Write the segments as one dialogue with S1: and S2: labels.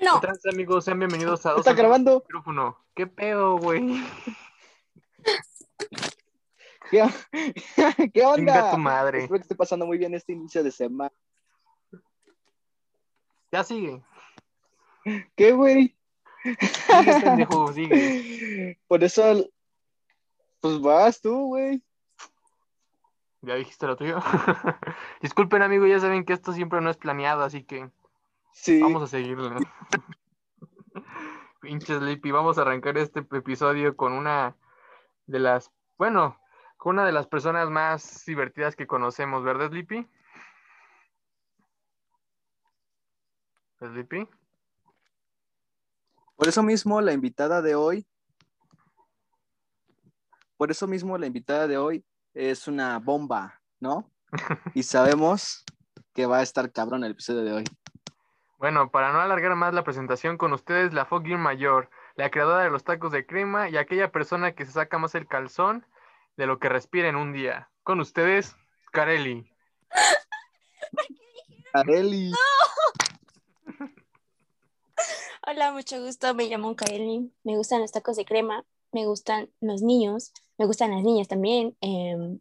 S1: No.
S2: ¿Qué tal, amigos? Sean bienvenidos a dos
S3: Está grabando.
S2: micrófono. ¿Qué pedo, güey?
S3: ¿Qué, ¿Qué
S2: Chinga
S3: onda?
S2: tu madre.
S3: Espero que esté pasando muy bien este inicio de semana.
S2: Ya sigue.
S3: ¿Qué, güey?
S2: Sigue, pendejo, sigue.
S3: Por eso, pues vas tú, güey.
S2: Ya dijiste lo tuyo. Disculpen, amigo, ya saben que esto siempre no es planeado, así que
S3: Sí.
S2: vamos a seguirlo. Pinche Sleepy, vamos a arrancar este episodio con una de las, bueno, con una de las personas más divertidas que conocemos, ¿verdad, Sleepy? ¿Sleepy?
S3: Por eso mismo la invitada de hoy, por eso mismo la invitada de hoy es una bomba, ¿no? Y sabemos que va a estar cabrón el episodio de hoy.
S2: Bueno, para no alargar más la presentación con ustedes, la Foggy Mayor, la creadora de los tacos de crema y aquella persona que se saca más el calzón de lo que respira en un día. Con ustedes, Carelli.
S3: Areli,
S1: Hola, mucho gusto. Me llamo Kaeli. Me gustan los tacos de crema. Me gustan los niños. Me gustan las niñas también. em,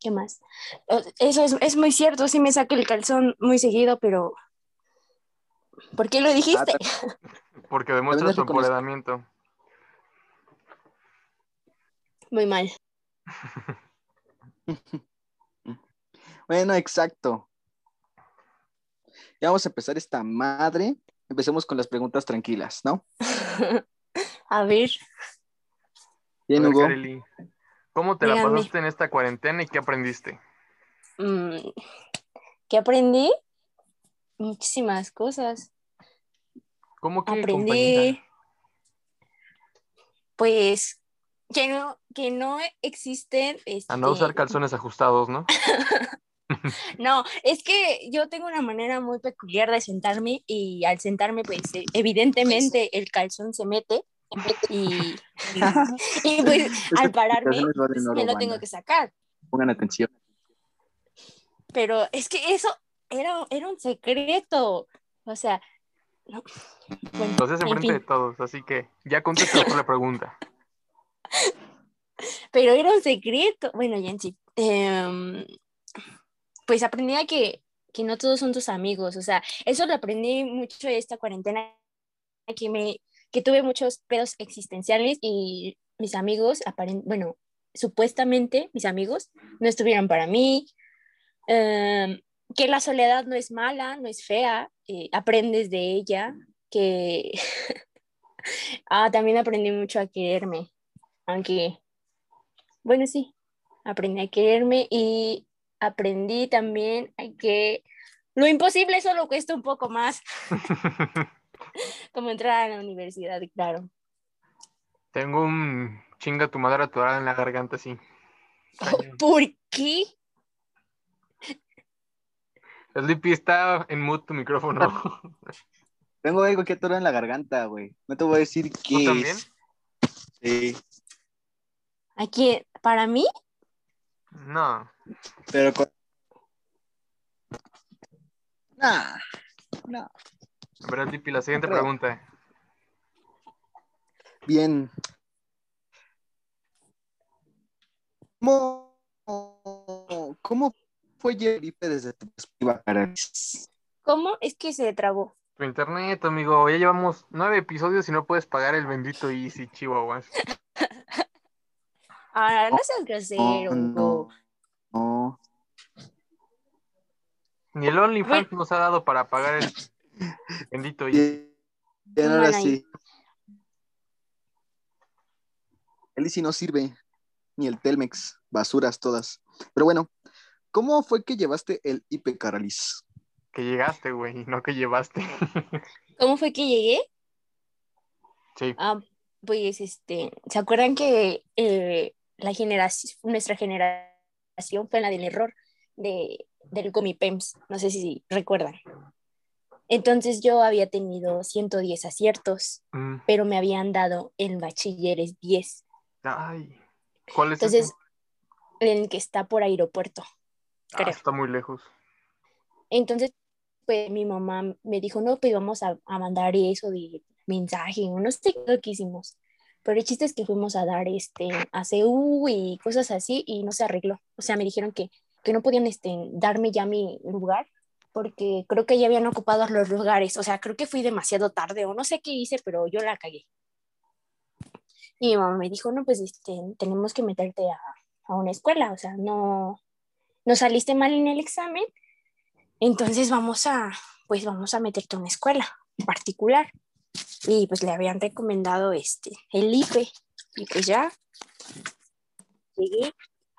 S1: ¿Qué más? O- Eso es, es muy cierto. Sí me saco el calzón muy seguido, pero... ¿Por
S2: Ah,
S1: qué lo dijiste?
S2: Porque demuestra
S3: También
S2: su
S3: la reconozco.
S2: empoderamiento.
S1: Muy mal.
S3: bueno, exacto. Ya vamos a empezar esta madre. Empecemos con las preguntas tranquilas, ¿no?
S1: A ver.
S3: Bien,
S2: A ver,
S3: Hugo.
S2: Carelli, ¿cómo te la
S1: Dígame.
S2: pasaste en esta cuarentena y qué aprendiste?
S1: mm, ¿Qué aprendí? Muchísimas cosas.
S2: ¿Cómo que
S1: aprendí
S2: compañera?
S1: pues que no que no existen este,
S2: A no usar calzones ajustados, ¿no?
S1: no, es que yo tengo una manera muy peculiar de sentarme y al sentarme pues e- evidentemente el calzón se mete y, y, pues al pararme
S3: Explicaciones valen
S1: pues,
S3: oro,
S1: me lo
S3: banda.
S1: tengo que sacar
S3: Pongan atención.
S1: pero es que eso era, era un secreto o sea no. Bueno,
S2: Lo haces
S1: en
S2: enfrente
S1: fin.
S2: de todos, así que ya contesta por la pregunta.
S1: pero era un secreto. Bueno, ya en sí. em, pues aprendí a que, que no todos son tus amigos. O sea, eso lo aprendí mucho esta cuarentena que me que tuve muchos pedos existenciales y mis amigos, aparen- bueno, supuestamente mis amigos no estuvieron para mí. em, que la soledad no es mala, no es fea, eh, aprendes de ella, que ah, también aprendí mucho a quererme, aunque bueno, sí, aprendí a quererme y aprendí también a que lo imposible solo cuesta un poco más, como entrar a la universidad, claro.
S2: Tengo un chinga tu madre atorada en la garganta, sí. Cañón.
S1: ¿Por qué?
S2: Sleepy está en mute tu micrófono.
S3: Tengo algo que atorar en la garganta, güey. No te voy a decir qué.
S2: ¿Tú también?
S3: es. Sí.
S1: Aquí, para mí,
S2: No.
S3: Pero con... Nah, nah.
S2: A ver, Sleepy, la siguiente
S3: Pero-
S2: pregunta.
S3: Bien. ¿Cómo, cómo fue Yeripe desde tu perspectiva, Karen?
S1: ¿cómo es que se trabó?
S2: Tu internet, amigo. Ya llevamos nueve episodios y no puedes pagar el bendito Easy Chihuahuas.
S1: Ah, no seas grosero.
S3: Oh, no, no.
S2: Ni el OnlyFans nos ha dado para pagar el bendito Easy.
S3: Bien, bien, ahora
S1: Bueno, ahí.
S3: sí. El Easy no sirve, ni el Telmex, basuras todas. Pero bueno, ¿cómo fue que llevaste el IP, Caralis?
S2: Que llegaste, güey, no que llevaste.
S1: ¿Cómo fue que llegué?
S2: sí.
S1: Ah, pues, este, ¿se acuerdan que eh, la generación, nuestra generación fue la del error de, del Gomipems? No sé si recuerdan. Entonces yo había tenido 110 aciertos,
S2: Mm.
S1: pero me habían dado en bachilleres 10,
S2: Ay. ¿Cuál es
S1: Entonces,
S2: ese?
S1: el que está por aeropuerto.
S2: Ah,
S1: creo.
S2: está muy lejos.
S1: Entonces pues mi mamá me dijo, no, pues vamos a, a mandar eso de mensaje, unos TikTok que hicimos. Pero el chiste es que fuimos a dar este, a CU y cosas así y no se arregló. O sea, me dijeron que, que no podían este, darme ya mi lugar porque creo que ya habían ocupado los lugares. O sea, creo que fui demasiado tarde o no sé qué hice, pero yo la cagué. Y mi mamá me dijo, no, pues este, tenemos que meterte a, a una escuela, o sea, no, no saliste mal en el examen, entonces vamos a, pues vamos a meterte a una escuela particular. Y pues le habían recomendado este, el IPE. Y pues ya llegué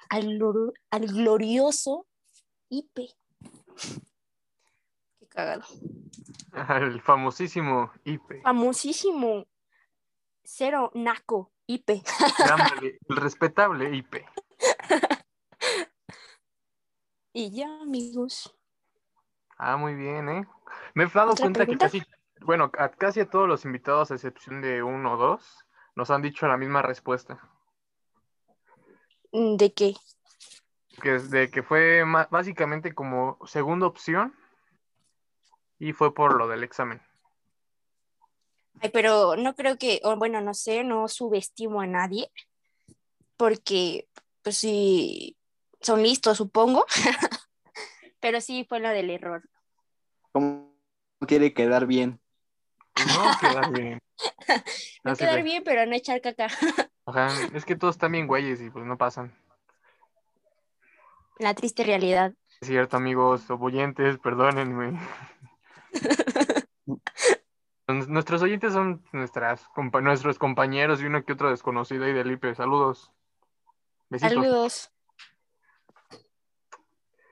S1: al, glor- al glorioso IPE. Qué cagado.
S2: El famosísimo IPE.
S1: Famosísimo. Cero naco, IPE.
S2: Llámale El respetable IPE.
S1: Y ya, amigos.
S2: Ah, muy bien, ¿eh? Me he dado
S1: ¿Otra
S2: cuenta
S1: pregunta?
S2: que casi, bueno, a casi a todos los invitados, a excepción de uno o dos, nos han dicho la misma respuesta,
S1: Mm, ¿De qué?
S2: que es de que fue ma- básicamente como segunda opción y fue por lo del examen.
S1: Ay, pero no creo que, o bueno, no sé, no subestimo a nadie, porque pues sí, son listos, supongo, pero sí fue lo del error.
S3: ¿Cómo quiere quedar bien?
S2: No quedar bien.
S1: No
S2: Así
S1: quedar
S2: de-
S1: bien, pero no echar caca.
S2: Ajá, es que todos están bien güeyes y pues no pasan.
S1: La triste realidad.
S2: Es cierto, amigos, oyentes, perdónenme. Nues- Nuestros oyentes son nuestras, compa- nuestros compañeros y uno que otro desconocido y del IPE. Saludos. Besitos.
S1: Saludos.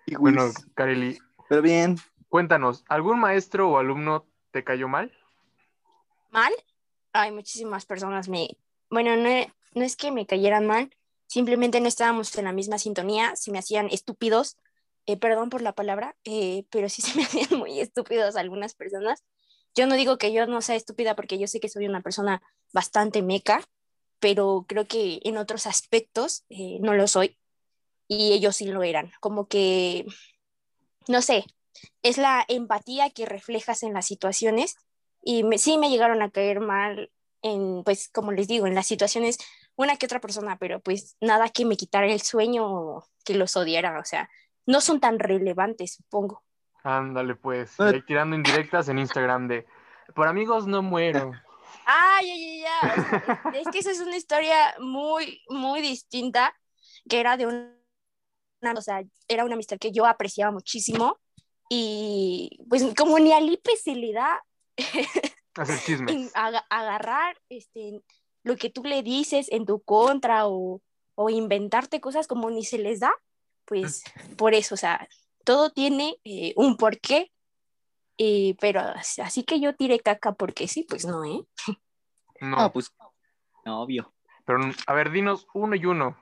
S3: Y
S2: Bueno,
S3: whiz.
S2: Kareli,
S3: Pero bien,
S2: cuéntanos, ¿algún maestro o alumno te cayó mal?
S1: ¿Mal? Ay, muchísimas personas me... Bueno, no, e- no es que me cayeran mal, simplemente no estábamos en la misma sintonía, se me hacían estúpidos, eh, perdón por la palabra, eh, pero sí se me hacían muy estúpidos algunas personas. Yo no digo que yo no sea estúpida porque yo sé que soy una persona bastante meca, pero creo que en otros aspectos eh, no lo soy y ellos sí lo eran. Como que, no sé, es la empatía que reflejas en las situaciones y me- sí me llegaron a caer mal en, pues, como les digo, en las situaciones una que otra persona, pero pues nada que me quitara el sueño o que los odiara, o sea, no son tan relevantes, supongo.
S2: Ándale, pues,
S3: Ah.
S2: ahí tirando indirectas en Instagram de por amigos no muero.
S1: Ay, ay, ay, ay, Es que esa es una historia muy, muy distinta, que era de un- una, o sea, era una amistad que yo apreciaba muchísimo y pues como ni al Ipe se le da
S2: Hacer
S1: en
S2: chismes.
S1: aga- agarrar este, lo que tú le dices en tu contra o, o inventarte cosas como ni se les da, pues por eso, o sea, todo tiene eh, un porqué, y, pero as- así que yo tiré caca porque sí, pues no, ¿eh?
S3: ah,
S2: No,
S3: pues, obvio.
S2: pero a ver, dinos uno y uno.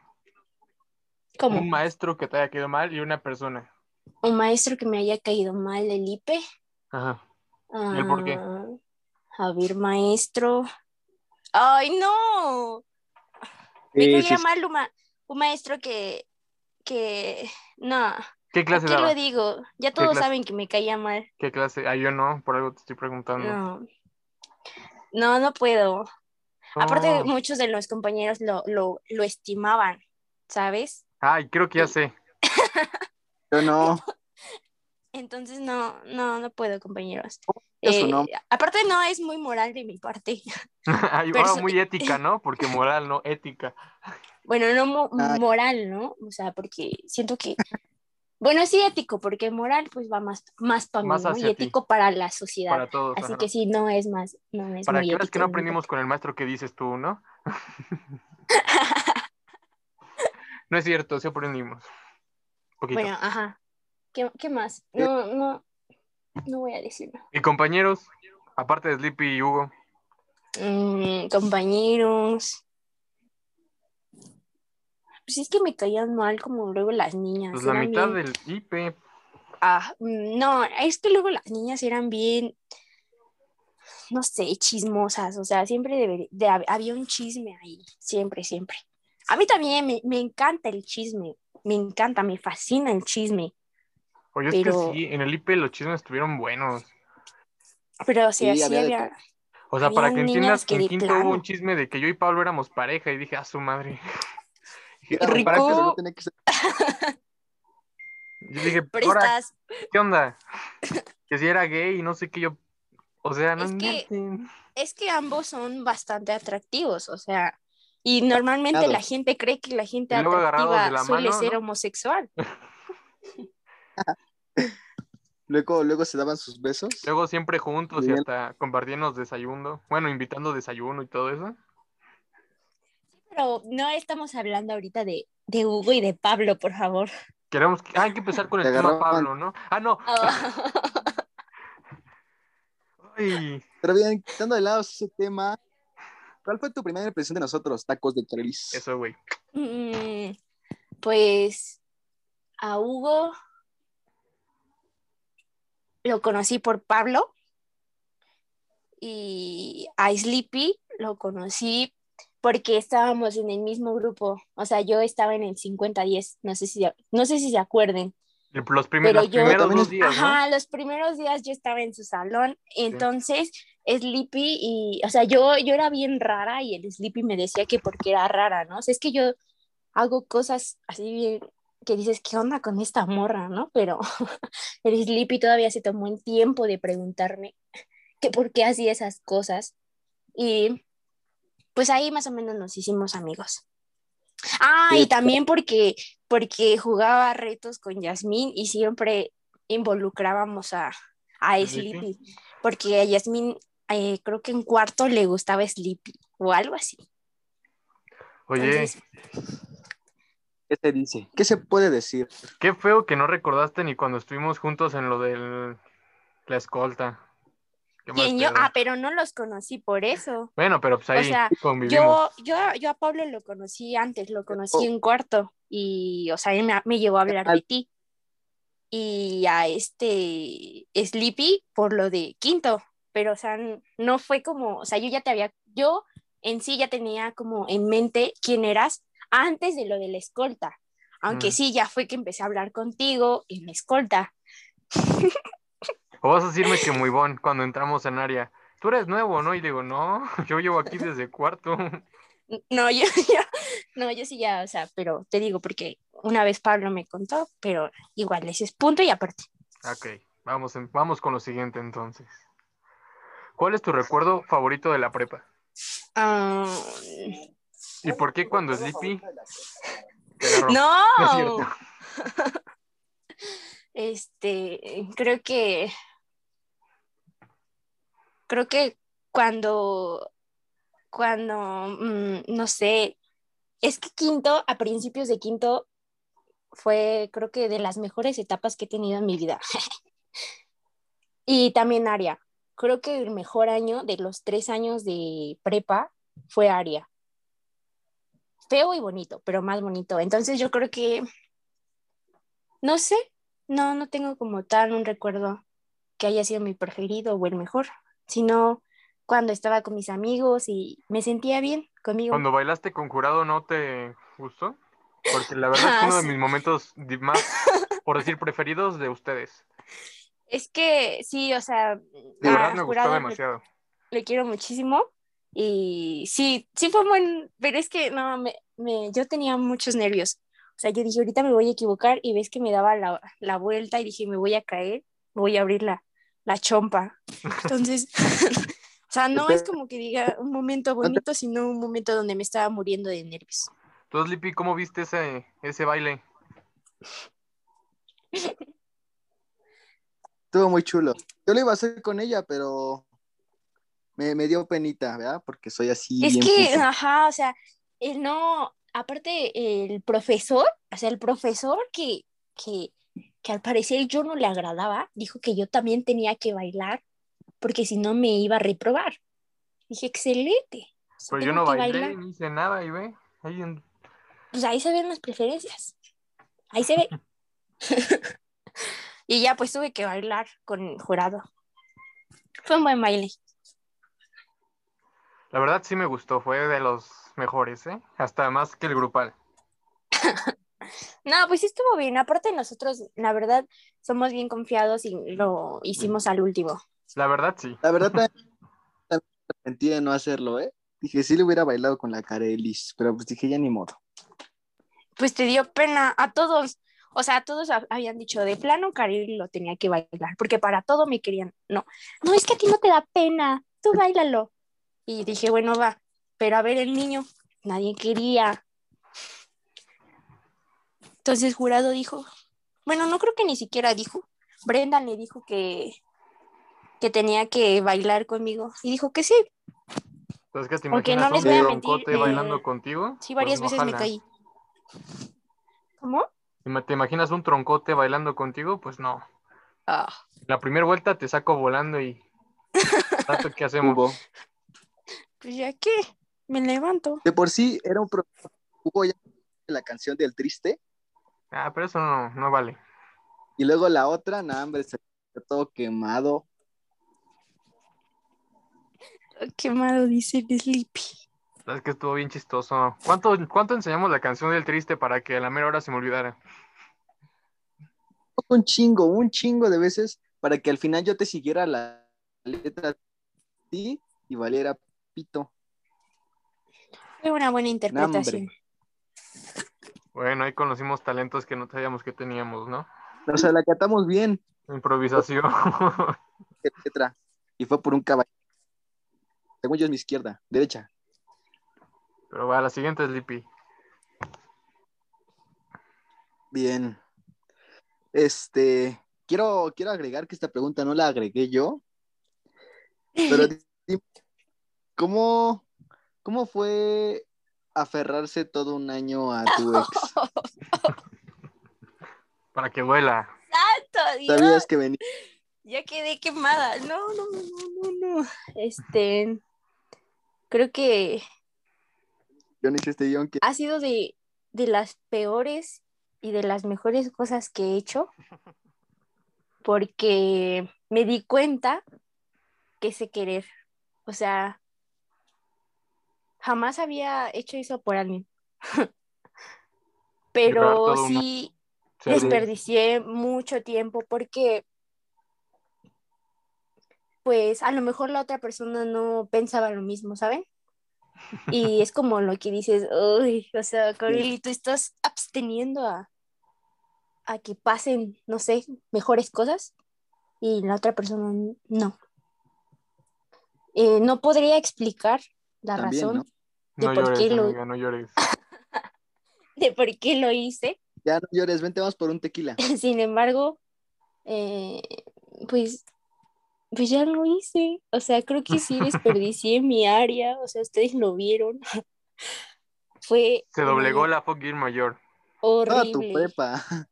S1: Como
S2: Un maestro que te haya caído mal y una persona.
S1: un maestro que me haya caído mal, el IPE.
S2: Ajá. el por qué?
S1: Ah, A ver, maestro. ¡Ay, no! Me
S3: Sí,
S1: caía
S3: sí, sí.
S1: mal un, ma- un maestro que, que, no,
S2: ¿Qué
S1: ¿Por
S2: clase
S1: ¿Qué lo
S2: daba?
S1: digo? Ya
S2: ¿Qué
S1: todos
S2: clase?
S1: saben que me caía mal.
S2: ¿Qué clase? Ah, yo no, por algo te estoy preguntando.
S1: No. No, no puedo. Aparte,
S2: Oh.
S1: muchos de los compañeros lo, lo, lo estimaban, ¿sabes?
S2: Ay, creo que ya sé.
S3: Yo no.
S1: Entonces, no, no, no puedo, compañeros.
S3: digas su
S1: Eh,
S3: nombre.
S1: aparte, no es muy moral de mi parte.
S2: Ay,
S1: Pero
S2: ah,
S1: so-
S2: muy ética, ¿no? Porque moral, no ética.
S1: Bueno, no mo-
S2: Ah,
S3: Ay.
S1: moral, ¿no? O sea, porque siento que... Bueno, sí ético, porque moral pues va más, más para mí,
S2: Más
S1: ¿no?
S2: hacia
S1: Y
S2: ti.
S1: ético para la sociedad.
S2: Para todos.
S1: Así
S2: ajá.
S1: que sí, no es más, no es
S2: Para
S1: muy
S2: que veas que no
S1: ético, es muy
S2: aprendimos con el maestro que dices tú, ¿no? no es cierto, sí aprendimos. Poquito.
S1: Bueno, ajá. ¿Qué, qué más?
S3: Eh.
S1: No, no, no voy a decir nada.
S2: Y compañeros, aparte de Sleepy y Hugo,
S1: Ah, Mm, compañeros. Pues es que me caían mal como luego las niñas.
S2: pues la
S1: eran
S2: mitad
S1: bien-
S2: del IP.
S1: Ah, mm, no, es que luego las niñas eran bien, no sé, chismosas. O sea, siempre debería- de- hab- había un chisme ahí. Siempre, siempre. A mí también me, me encanta el chisme. Me encanta, me fascina el chisme.
S2: Oye, es
S1: Pero-
S2: que sí, en el IP los chismes estuvieron buenos.
S1: Pero sí,
S3: Sí,
S1: así
S3: había
S1: había.
S3: de
S2: O sea,
S1: Había
S2: para que
S1: niñas
S2: entiendas,
S1: que
S2: en
S1: de
S2: quinto
S1: plano.
S2: hubo un chisme de que yo y Pablo éramos pareja y dije, a su madre. Dije,
S3: Era
S2: "Ah,
S1: rico".
S3: para que
S2: ¿para
S3: solo tenía que ser-
S2: qué?". Yo dije,
S1: Pero
S2: ahora,
S1: estás.
S2: ¿qué onda? Que si era gay y no sé qué yo. O sea, no
S1: Es que-
S2: inventen.
S1: Es que ambos son bastante atractivos, o sea. Y normalmente la
S3: Agarrados.
S1: gente cree que la gente
S2: Y luego agarrados de
S1: atractiva
S2: la
S1: suele
S2: mano,
S1: ser
S2: ¿no?
S1: homosexual.
S3: Luego, luego se daban sus besos.
S2: Luego siempre juntos y
S3: Bien.
S2: hasta compartiéndonos desayuno. Bueno, invitando desayuno y todo eso.
S1: Pero no estamos hablando ahorita de, de Hugo y de Pablo, por favor.
S2: Queremos que... ah, hay que empezar con el
S3: Te
S2: tema
S3: agarraban.
S2: Pablo, ¿no? Ah, no. Ay,
S3: Pero bien, quitando de lado ese tema, ¿cuál fue tu primera impresión de nosotros, tacos de Carelis?
S2: eso, güey.
S1: Mm, pues a Hugo lo conocí por Pablo y a Sleepy lo conocí porque estábamos en el mismo grupo. O sea, yo estaba en el 50-10, no sé si no sé si se acuerden.
S2: El- Los, primer-
S1: Pero
S2: los
S1: yo-
S2: primeros
S3: También
S2: dos
S3: es-
S2: días, ¿no?
S1: Ajá, los primeros días yo estaba en su salón, entonces Sleepy y, o sea, yo, yo era bien rara y el Sleepy me decía que porque era rara, ¿no? O sea, es que yo hago cosas así bien que dices, ¿qué onda con esta morra, no? Pero el Sleepy todavía se tomó el tiempo de preguntarme que por qué hacía esas cosas y pues ahí más o menos nos hicimos amigos. Ah,
S3: Sí.
S1: y también porque, porque jugaba retos con Yasmín y siempre involucrábamos a, a
S2: Sleepy.
S1: Sleepy, porque a Yasmín eh, creo que en cuarto le gustaba Sleepy o algo así.
S2: Oye,
S1: Entonces,
S3: ¿Qué se dice? ¿Qué se puede decir?
S2: qué feo que no recordaste ni cuando estuvimos juntos en lo de la escolta. Qué mal
S1: ¿quién yo?
S2: pedo.
S1: Ah, pero no los conocí por eso.
S2: Bueno, pero pues ahí
S1: sea,
S2: convivimos.
S1: Yo, yo, yo a Pablo lo conocí antes, lo conocí
S3: Oh.
S1: en cuarto y, o sea, él me, me llevó a hablar de
S3: Al-
S1: ti. Y a este Sleepy por lo de quinto, pero, o sea, n- no fue como, o sea, yo ya te había, yo en sí ya tenía como en mente quién eras antes de lo de la escolta, aunque
S2: Mm.
S1: sí, ya fue que empecé a hablar contigo en la escolta.
S2: O vas a decirme que muy bon cuando entramos en área. Tú eres nuevo, ¿no? Y digo, no, yo llevo aquí desde cuarto.
S1: No, yo, yo, no, yo sí ya, o sea, pero te digo porque una vez Pablo me contó, pero igual ese es punto y aparte.
S2: ok, vamos, en- vamos con lo siguiente entonces. ¿Cuál es tu recuerdo favorito de la prepa?
S1: Ah,
S2: ¿Y por qué cuando Sleepy te agarró?
S1: no.
S2: No es cierto.
S1: Este, creo que creo que cuando cuando mm, no sé, es que quinto a principios de quinto fue creo que de las mejores etapas que he tenido en mi vida. y también área. Creo que el mejor año de los tres años de prepa fue área. Feo y bonito, pero más bonito. Entonces yo creo que no sé, no, no tengo como tal un recuerdo que haya sido mi preferido o el mejor, sino cuando estaba con mis amigos y me sentía bien conmigo.
S2: Cuando bailaste con jurado, ¿no te gustó? Porque la verdad es
S1: Ah,
S2: uno de
S1: sí.
S2: mis momentos di- más, por decir, preferidos de ustedes.
S1: Es que sí, o sea,
S2: De
S1: a
S2: verdad me gustó
S1: Ah, Jurado le,
S2: demasiado.
S1: le quiero muchísimo y sí, sí fue buen, pero es que no, me, me- yo tenía muchos nervios. O sea, yo dije, ahorita me voy a equivocar y ves que me daba la, la vuelta y dije, me voy a caer, me voy a abrir la, la chompa. Entonces, o sea, no es como que diga un momento bonito, sino un momento donde me estaba muriendo de nervios.
S2: Tú, Sleepy, ¿cómo viste ese, ese baile?
S3: Estuvo muy chulo. Yo lo iba a hacer con ella, pero me, me dio penita, ¿verdad? Porque soy así.
S1: Es
S3: bien
S1: que, ah.
S3: friki.
S1: ajá, o sea, él no, aparte el profesor, o sea, el profesor que, que, que al parecer yo no le agradaba, dijo que yo también tenía que bailar porque si no me iba a reprobar. Dije, excelente. o sea,
S2: Pero Pues yo
S1: tengo
S2: no
S1: que
S2: bailé,
S1: bailar".
S2: ni hice nada, y ve. Ahí en-
S1: Pues ahí se ven las preferencias. Ahí se ve. y ya pues tuve que bailar con el jurado. Fue un buen baile.
S2: La verdad sí me gustó, fue de los mejores, ¿eh? Hasta más que el grupal.
S1: No, pues sí estuvo bien. Aparte nosotros, la verdad, somos bien confiados y lo hicimos al último.
S2: La verdad, sí.
S3: La verdad, también también me arrepentí de no hacerlo, ¿eh? Dije, sí le hubiera bailado con la Carelis, pero pues dije, ya ni modo.
S1: Pues te dio pena a todos. O sea, todos hab- habían dicho de plano Kareli lo tenía que bailar, porque para todo me querían. No, no, es que a ti no te da pena, tú bailalo. Y dije, bueno, va, pero a ver el niño, nadie quería. Entonces jurado dijo, bueno, no creo que ni siquiera dijo. Brenda le dijo que, que tenía que bailar conmigo y dijo que sí,
S2: Entonces, ¿qué te
S1: Porque
S2: imaginas
S1: no les
S2: un
S1: voy a
S2: broncote
S1: mentir, eh,
S2: bailando contigo?
S1: sí, varias
S2: Pues,
S1: veces me
S2: ojalá.
S1: caí. ¿Cómo?
S2: Ima- ¿Te imaginas un troncote bailando contigo? Pues no.
S1: Ah.
S2: La primera vuelta te saco volando y. Tanto, ¿Qué hacemos?
S3: Hubo.
S1: Pues ya que me levanto.
S3: De por sí era un pro- Hubo ya la canción del triste
S2: Ah, pero eso no, no vale.
S3: y luego la otra, nada, hombre, se quedó todo quemado.
S1: Quemado, dice Sleepy.
S2: Es que estuvo bien chistoso. ¿Cuánto, ¿Cuánto enseñamos la canción del triste para que a la mera hora se me olvidara?
S3: Un chingo, un chingo de veces para que al final yo te siguiera la letra a ti y valiera pito.
S1: Fue una buena interpretación.
S2: Bueno, ahí conocimos talentos que no sabíamos que teníamos, ¿no?
S3: O sea, la catamos bien,
S2: Improvisación.
S3: qué letra. Y fue por un caballo. Según yo es mi izquierda, derecha.
S2: pero va, la siguiente es Lippy.
S3: Bien. Este, quiero, quiero agregar que esta pregunta no la agregué yo, pero di- ¿cómo, cómo fue aferrarse todo un año a tu ex?
S2: Para que vuela.
S1: ¡Santo Dios!
S3: ¿Sabías que venía?
S1: Ya quedé quemada. No, no, no, no, no. Este. Creo que
S3: Yo no hice este guión que
S1: ha sido de, de las peores y de las mejores cosas que he hecho. Porque me di cuenta que sé querer. O sea, jamás había hecho eso por alguien.
S2: Llorar
S1: Pero
S2: todo un
S1: sí.
S2: Se ve.
S1: desperdicié mucho tiempo porque pues a lo mejor la otra persona no pensaba lo mismo, ¿saben? Y es como lo que dices, uy, o sea, Corelli, tú estás absteniendo a, a que pasen, no sé, mejores cosas y la otra persona n- no. Eh, no podría explicar la
S3: También,
S1: razón
S3: ¿no?
S1: de
S2: No
S1: por
S2: llores,
S1: qué lo-
S2: amiga, no llores.
S1: de por qué lo hice,
S3: ya no llores, vente, vamos por un tequila.
S1: Sin embargo, eh, pues, pues ya lo hice. O sea, creo que sí desperdicié mi área. O sea, ustedes lo vieron. Fue mm,
S2: Se doblegó la Fuck Gear Mayor.
S3: Toda tu
S1: horrible.
S3: prepa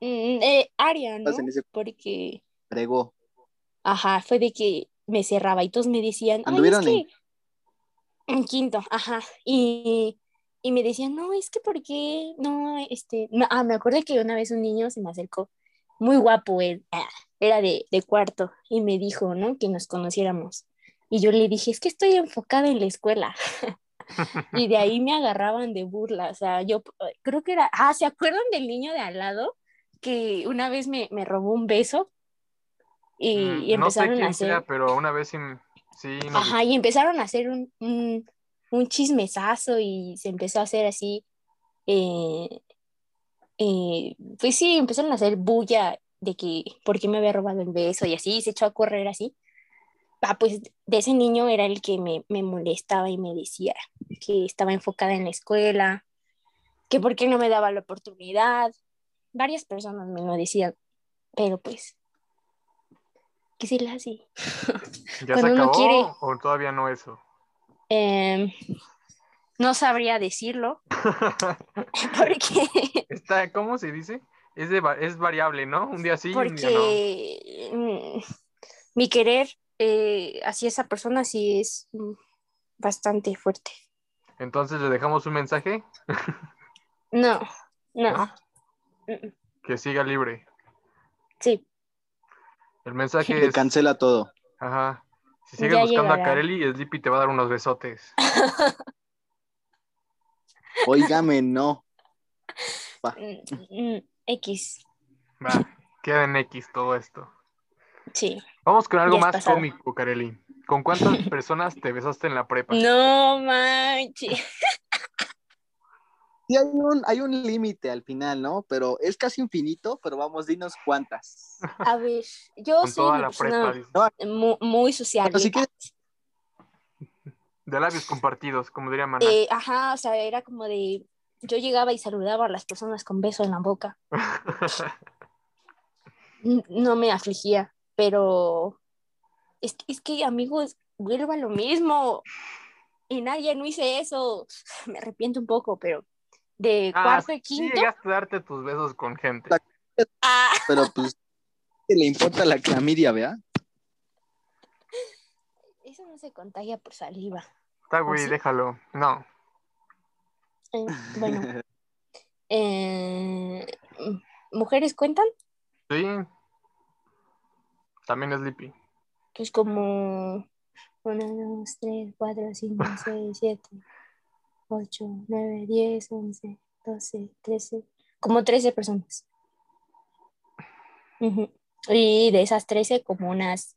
S1: Mm, eh, área, ¿no?
S3: en ese
S1: Porque,
S3: pregó.
S1: ajá, fue de que me cerraba y todos me decían, ay, es
S3: Anduvieron en-
S1: que... En quinto, ajá. Y, y me decían, no, es que ¿por qué? No, este... no". Ah, me acuerdo que una vez un niño se me acercó, muy guapo él, ah, era de, de cuarto, y me dijo, ¿no? Que nos conociéramos. Y yo le dije, es que estoy enfocada en la escuela. y de ahí me agarraban de burla. O sea, yo eh, creo que era, ah, ¿se acuerdan del niño de al lado? Que una vez me, me robó un beso y,
S2: Mm,
S1: y
S2: no sé
S1: empezaron a
S2: quién
S1: hacer...
S2: sea, pero una vez sí, sí nos
S1: Ajá, y empezaron a hacer un, un, un chismesazo y se empezó a hacer así, eh, eh, pues sí, empezaron a hacer bulla de que por qué me había robado el beso y así, y se echó a correr así. Ah, pues de ese niño era el que me, me molestaba y me decía que estaba enfocada en la escuela, que por qué no me daba la oportunidad. Varias personas me lo decían, pero pues, ¿qué se le hace?
S2: ¿Ya se
S1: Cuando uno
S2: acabó
S1: quiere-
S2: o todavía no eso?
S1: Em, no sabría decirlo porque,
S2: Está, ¿cómo se dice? Es, de va- es variable, ¿no? Un día sí y un día no.
S1: porque mm, mi querer eh, hacia esa persona sí es mm, bastante fuerte.
S2: Entonces le dejamos un mensaje,
S1: No, no,
S2: ¿no?
S1: mm,
S2: Que siga libre.
S1: sí,
S2: El mensaje
S3: Te
S2: es,
S3: cancela todo.
S2: ajá, si sigues
S1: Ya
S2: buscando a
S1: llegará.
S2: Kareli, Sleepy te va a dar unos besotes.
S3: Óigame, no.
S1: mm, mm, X.
S2: Va. Queda en X todo esto.
S1: Sí.
S2: Vamos con algo
S1: Ya es
S2: más
S1: pasado.
S2: cómico, Kareli. ¿Con cuántas personas te besaste en la prepa?
S1: No manches.
S3: Sí, hay un, hay un límite al final, ¿no? Pero es casi infinito, pero vamos, dinos cuántas.
S1: A ver, yo
S2: con
S1: soy
S2: toda
S1: una
S2: la
S1: persona
S2: prepa. dices.
S1: mu- muy social.
S3: Pero si quieres-
S2: De labios compartidos, como diría Maná.
S1: Eh, ajá, o sea, era como de. Yo llegaba y saludaba a las personas con beso en la boca. N- No me afligía, pero. Es, es que, amigos, vuelvo a lo mismo. En nadie no hice eso. Me arrepiento un poco, pero. De
S2: Ah,
S1: cuarto y
S2: Sí
S1: quinto.
S2: llegaste a darte tus besos con gente.
S1: ah,
S3: Pero pues, ¿qué le importa la clamidia, vea?
S1: eso no se contagia por saliva.
S2: Está, güey,
S1: sí.
S2: déjalo. No.
S1: Eh, bueno, eh, ¿mujeres cuentan?
S2: Sí. También es Lippy.
S1: Pues como 1, 2, 3, 4, 5, 6, 7, 8, 9, 10, 11, 12, 13, como 13 personas. Ujú. Y de esas 13, como unas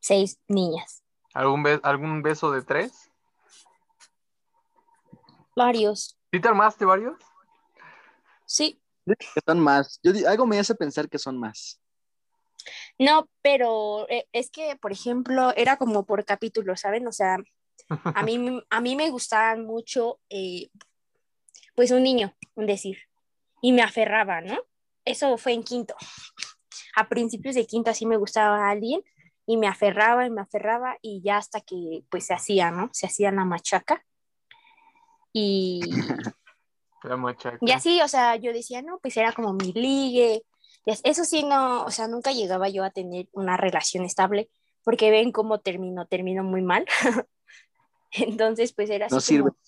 S1: 6 niñas.
S2: ¿Algún, be- ¿Algún beso de tres?
S1: Varios,
S2: ¿Sí te armaste varios?
S1: sí.
S3: Que son más. Yo, di- algo me hace pensar que son más.
S1: No, pero eh, es que, por ejemplo, era como por capítulo, ¿saben? O sea, a mí, a mí me gustaban mucho, eh, pues un niño, un decir, y me aferraba, ¿no? Eso fue en quinto. A principios de quinto así me gustaba alguien y me aferraba y me aferraba y ya hasta que pues se hacía, ¿no? Se hacía la machaca. Y,
S2: La machaca.
S1: y así, o sea, yo decía, no, pues era como mi ligue. Y as- Eso sí, no, o sea, nunca llegaba yo a tener una relación estable, porque ven cómo terminó, terminó muy mal. Entonces, pues era así.
S3: No sirve.
S1: como,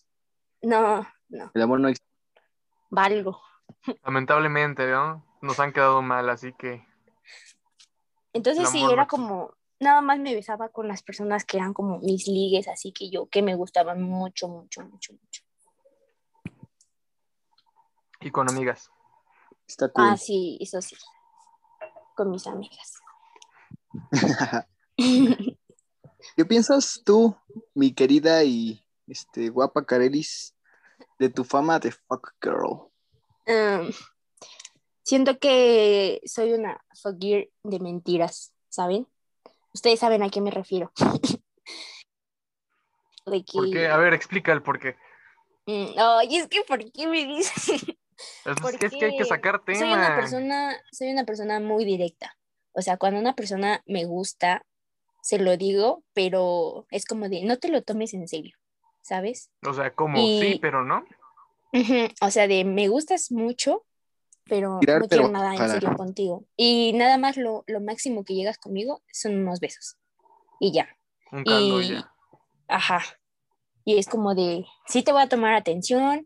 S1: no, no,
S3: El amor no existe.
S1: valgo.
S2: Lamentablemente, ¿no? Nos han quedado mal, así que.
S1: Entonces,
S2: El
S1: sí,
S2: amor
S1: era
S2: no existe.
S1: como, nada más me besaba con las personas que eran como mis ligues, así que yo, que me gustaban mucho, mucho, mucho, mucho.
S2: Y con amigas.
S3: Está cool.
S1: Ah, sí, eso sí, con mis amigas.
S3: ¿Qué piensas tú, mi querida y este, guapa Carelis, de tu fama de fuck girl?
S1: Em, siento que soy una fuck girl de mentiras, ¿saben? Ustedes saben a qué me refiero. De que,
S2: ¿Por qué? A ver, explica el por qué.
S1: Mm, ay, es que ¿por qué me dices?
S2: Es,
S1: ¿Por
S2: es que hay que
S1: qué?
S2: sacar tema.
S1: soy una persona, soy una persona muy directa. O sea, cuando una persona me gusta, se lo digo, pero es como de no te lo tomes en serio, ¿sabes?
S2: O sea, como
S1: Y-
S2: sí, pero no.
S1: Ujú, O sea, de me gustas mucho, pero
S3: Tirar,
S1: no
S3: pero
S1: quiero nada en
S3: ojalá.
S1: serio contigo. Y nada más lo, lo máximo que llegas conmigo son unos besos. Y ya.
S2: Un caldo y
S1: Y-
S2: ya.
S1: Ajá. Y es como de, sí te voy a tomar atención,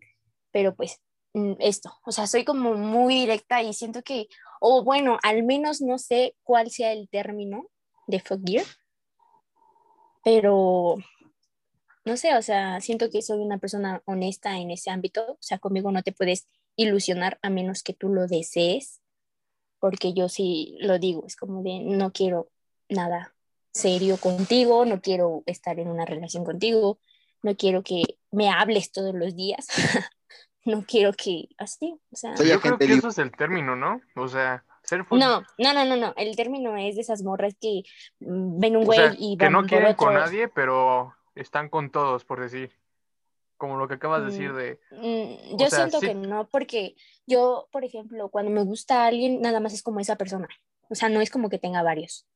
S1: pero pues mm, esto. O sea, soy como muy directa y siento que, o bueno, al menos no sé cuál sea el término de fuck girl, pero no sé, o sea, siento que soy una persona honesta en ese ámbito. O sea, conmigo no te puedes ilusionar a menos que tú lo desees, porque yo sí lo digo, es como de, no quiero nada serio contigo, no quiero estar en una relación contigo, no quiero que me hables todos los días, no quiero que así, o sea,
S3: Soy
S2: Yo creo
S3: agente
S2: que
S3: libre.
S2: eso es el término, ¿no? O sea, ser fut-
S1: no, no, no, no, no, el término es de esas morras que mm, ven un
S2: o
S1: güey
S2: sea,
S1: y
S2: que
S1: van
S2: no
S1: por
S2: quieren con
S1: otro.
S2: nadie, pero están con todos, por decir. Como lo que acabas de decir
S1: Mm.
S2: de.
S1: Mm,
S2: O
S1: yo
S2: sea,
S1: siento
S2: sí.
S1: que no, porque yo, por ejemplo, cuando me gusta alguien, nada más es como esa persona. O sea, no es como que tenga varios.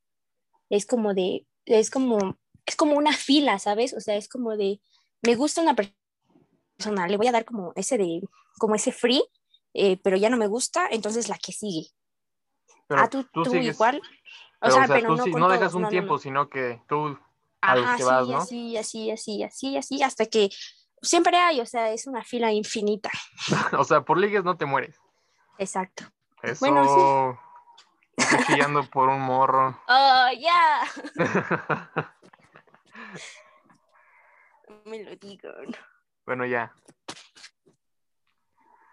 S1: Es como de, es como, es como una fila, ¿sabes? O sea, es como de, me gusta una per- persona, le voy a dar como ese de, como ese free, eh, pero ya no me gusta, entonces la que sigue.
S2: Pero
S1: ah, tú, tú
S2: sigues-
S1: igual. O
S2: Pero,
S1: sea, pero
S2: tú
S1: no
S2: sí-
S1: con
S2: no dejas
S1: todos,
S2: un
S1: no, no,
S2: tiempo,
S1: no.
S2: sino que tú a los
S1: Ajá,
S2: que
S1: sí,
S2: vas, ¿no?
S1: así, así, así, así, así, hasta que siempre hay, o sea, es una fila infinita.
S2: O sea, por ligues no te mueres.
S1: Exacto.
S2: Eso.
S1: Bueno,
S2: Estoy chillando por un morro.
S1: Oh, ya. No me lo digan,
S2: bueno, ya.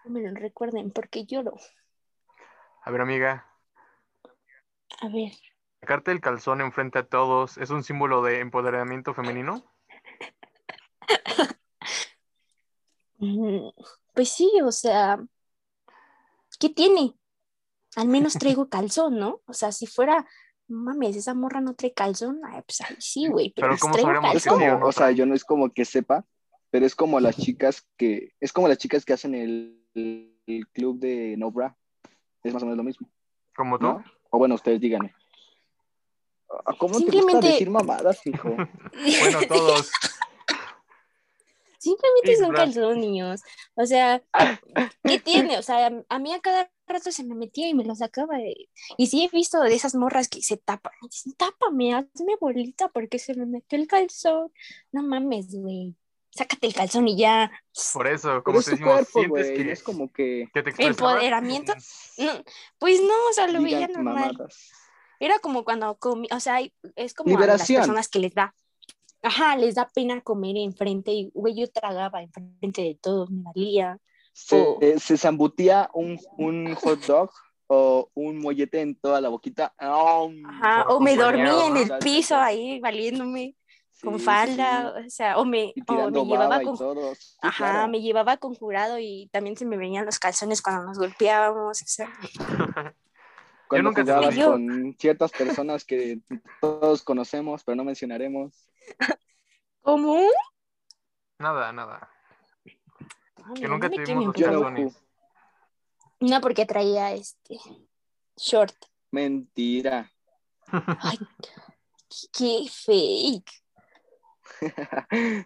S1: no me lo recuerden porque lloro.
S2: A ver, amiga,
S1: A ver.
S2: ¿Sacarte el calzón enfrente a todos es un símbolo de empoderamiento femenino?
S1: Mm, Pues sí, o sea, ¿qué tiene? Al menos traigo calzón, ¿no? O sea, si fuera, mames, esa morra no trae calzón, ay, pues ahí sí, güey, pero,
S2: Pero
S1: pues
S2: ¿cómo
S1: traigo
S2: sabremos que
S3: Es
S1: calzón.
S2: sí o
S3: como,
S2: no
S3: o sea,
S2: trae?
S3: yo no es como que sepa, pero es como las chicas que, es como las chicas que hacen el, el club de No Bra. Es más o menos lo mismo,
S2: ¿Como tú?
S3: ¿no? O bueno, ustedes díganme. Ah, ¿Cómo te
S1: Simplemente-
S3: gusta decir mamadas, hijo?
S2: Bueno, todos.
S1: Simplemente
S2: Big
S1: es un
S2: Brother.
S1: calzón, niños. O sea, ¿qué tiene? O sea, a mí a cada rato se me metía y me lo sacaba. Y, y sí he visto de esas morras que se tapan. Y dicen, tápame, hazme bolita porque se me metió el calzón. No mames, güey. Sácate el calzón y ya.
S2: Por eso,
S3: Pero
S2: como
S3: es
S2: te
S3: su
S2: decimos,
S3: cuerpo,
S2: sientes
S3: güey.
S2: que,
S3: Es como que
S2: que te expresabas?
S1: ¿Empoderamiento? No, pues no, o sea, lo veía
S3: digan
S1: normal.
S3: mamadas.
S1: Era como cuando comí, o sea, hay- es como a las
S3: Liberación.
S1: personas que les da, ajá, les da pena comer enfrente. Y, güey, yo tragaba enfrente de todos, me valía.
S3: Se,
S1: Oh.
S3: eh, se zambutía un, un hot dog o un mollete en toda la boquita. ¡Am!
S1: Ajá,
S2: Por
S1: o me
S2: compañero,
S1: dormía en
S2: ¿no?
S1: el piso ahí valiéndome
S3: Sí,
S1: con
S3: sí,
S1: falda, o sea, o me,
S3: sí. Y
S1: o me
S3: tirando
S1: llevaba
S3: baba
S1: con,
S3: y todo. Sí,
S1: ajá,
S3: claro.
S1: me llevaba con jurado y también se me venían los calzones cuando nos golpeábamos, o sea,
S3: Cuando
S2: nunca te
S3: jugabas
S1: entendí.
S3: con ciertas personas que todos conocemos, pero no mencionaremos.
S1: ¿cómo?
S2: Nada, nada.
S1: Ay,
S2: Que
S1: no
S2: nunca
S1: me
S2: tuvimos los
S1: quemen, por
S3: Yo no
S1: favor.
S2: calzones.
S1: No, porque traía este short.
S3: Mentira.
S1: Qué fake.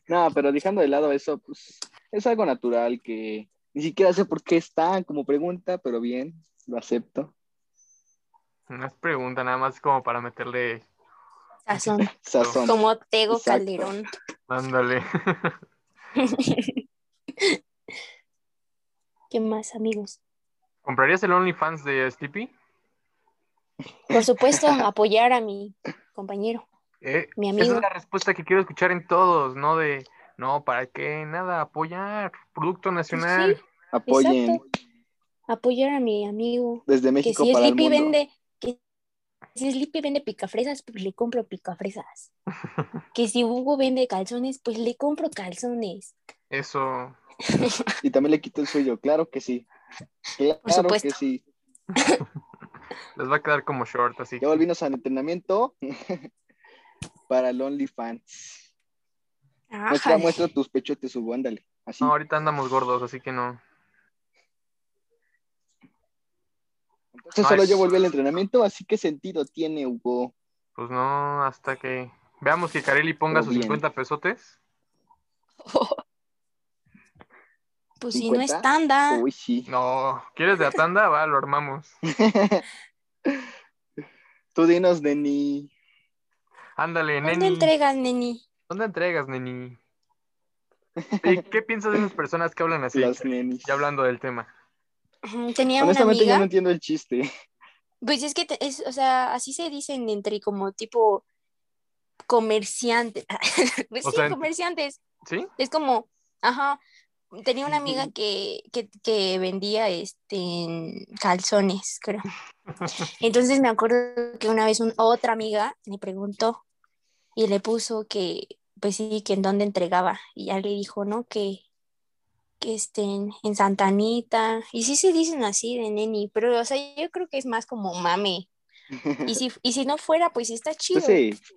S3: no, pero dejando de lado eso, pues es algo natural que ni siquiera sé por qué está como pregunta, pero bien, lo acepto.
S2: No es pregunta, nada más como para meterle.
S1: Sazón,
S3: Sazón.
S1: como Tego
S3: Exacto.
S1: Calderón.
S2: Ándale.
S1: ¿Qué más, amigos?
S2: ¿Comprarías el OnlyFans de Sleepy?
S1: Por supuesto, apoyar a mi compañero.
S2: Eh,
S1: Mi
S2: Esa
S1: amigo.
S2: es la respuesta que quiero escuchar en todos, ¿no? De, no, ¿para qué? Nada, apoyar. Producto nacional.
S1: Sí,
S3: Apoyen
S1: Exacto. Apoyar a mi amigo.
S3: desde
S1: que
S3: México
S1: si
S3: para el
S1: Sleepy
S3: mundo.
S1: vende, que si Sleepy vende picafresas, pues le compro picafresas. que si Hugo vende calzones, pues le compro calzones.
S2: Eso.
S3: Y también le quito el suyo, claro que sí. Claro
S1: Por supuesto.
S3: que sí.
S2: Les va a quedar como short, así.
S3: Ya volvimos al entrenamiento para el OnlyFans. Muestra,
S2: Ah,
S1: Ájale.
S3: muestra tus pechos, te subo, ándale. Así.
S2: No, ahorita andamos gordos, así que no.
S3: Entonces
S2: no
S3: solo
S2: es-
S3: yo volví al entrenamiento, así que sentido tiene, Hugo.
S2: Pues no, hasta que veamos que Carelli ponga
S3: Pero
S2: sus
S3: bien.
S2: 50 pesotes.
S1: Pues si no es
S3: 50.
S1: tanda,
S3: Uy, sí.
S2: No, ¿quieres de la tanda? Va, lo armamos.
S3: Tú dinos, Denny.
S2: Ándale,
S1: ¿dónde
S2: neni.
S1: entregas, neni?
S2: ¿Dónde entregas, neni? ¿Y qué piensas de esas personas que hablan así?
S3: Las nenis.
S2: Ya hablando del tema.
S1: Ujú, Tenía una
S3: Honestamente, yo
S1: amiga.
S3: no entiendo el chiste.
S1: Pues es que, te- es, o sea, así se dicen entre como tipo comerciantes. pues
S2: O
S1: sí,
S2: sea, ent-
S1: comerciantes.
S2: ¿Sí?
S1: Es como, ajá. Tenía una amiga
S3: Ujú.
S1: que, que, que vendía este calzones, creo. Entonces me acuerdo que una vez un- otra amiga le preguntó y le puso que, pues sí, que en dónde entregaba. Y ya le dijo, ¿no? Que, que estén en Santa Anita. Y sí se dicen así de neni, pero o sea, yo creo que es más como mame. Y si, y si no fuera, pues sí está chido.
S3: Pues sí,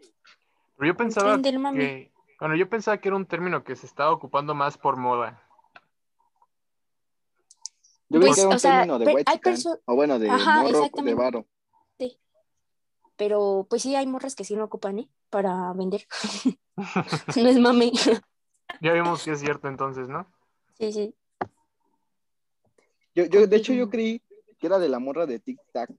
S2: Pero yo
S1: El
S2: pensaba
S1: tren del mame.
S2: que... Bueno, yo pensaba que era un término que se estaba ocupando más por moda.
S3: yo creo
S1: Pues,
S3: que era
S1: o
S3: un
S1: sea,
S3: término de
S1: pe-
S3: güey
S1: hay
S3: chican,
S1: perso-
S3: O bueno, de
S1: Ajá,
S3: morro, de
S1: exactamente.
S3: varo.
S1: Pero pues sí hay morras que sí lo ocupan, ¿eh? Para vender. no es mame.
S2: Ya vimos que es cierto entonces, ¿no?
S1: sí, sí.
S3: Yo, yo, de hecho,
S1: Continúa.
S3: yo creí que era de la morra de Tic Tac.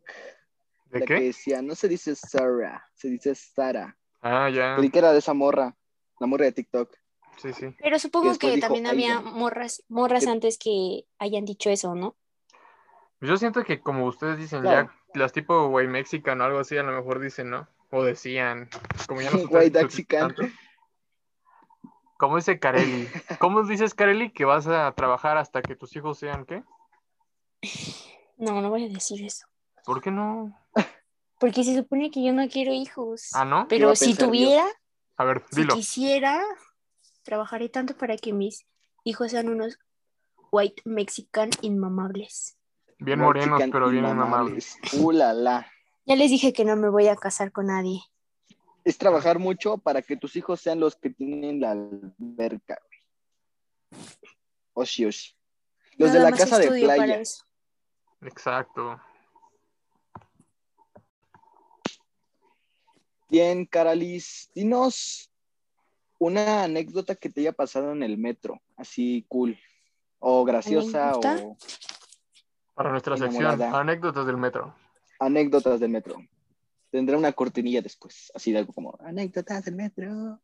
S2: ¿De
S3: la que
S2: qué?
S3: decía, no se dice Sarah, se dice Sara.
S2: Ah, ya.
S3: Creí que era de esa morra, la morra de TikTok.
S2: Sí, sí.
S1: Pero supongo
S3: después
S1: que
S3: dijo,
S1: también
S3: "Ay,
S1: había
S3: ya".
S1: morras, morras
S3: Que-
S1: antes que hayan dicho eso, ¿no?
S2: Yo siento que como ustedes dicen,
S3: Claro.
S2: ya las tipo güey mexican o algo así, a lo mejor dicen, ¿no? O decían, como ya no se
S3: Güey
S2: trata-
S3: Daxican.
S2: tanto. ¿Cómo dice Carelli? ¿Cómo dices, Carelli, que vas a trabajar hasta que tus hijos sean qué?
S1: No, no voy a decir eso.
S2: ¿Por qué no?
S1: porque se supone que yo no quiero hijos.
S2: Ah, ¿no?
S3: Iba
S1: Pero
S3: a
S1: si
S3: pensar yo.
S1: tuviera,
S2: A ver,
S1: si
S2: dilo.
S1: quisiera, trabajaré tanto para que mis hijos sean unos white mexican inmamables.
S2: Bien
S3: White
S2: morenos,
S3: chicken
S2: pero bien amables.
S3: inmamables. Uh, la, la.
S1: Ya les dije que no me voy a casar con nadie.
S3: Es trabajar mucho para que tus hijos sean los que tienen la alberca, güey. Oshi, oshi. Los
S1: Nada
S3: de la
S1: más
S3: casa de
S1: estudio para
S3: playa.
S1: eso.
S2: Exacto.
S3: Bien, Caralis, dinos una anécdota que te haya pasado en el metro, así cool, o graciosa,
S1: ¿Anécdota?
S3: o
S2: Para nuestra sección,
S3: Enamorada.
S2: anécdotas del metro.
S3: anécdotas del metro. Tendré una cortinilla después, así de algo como anécdotas del metro.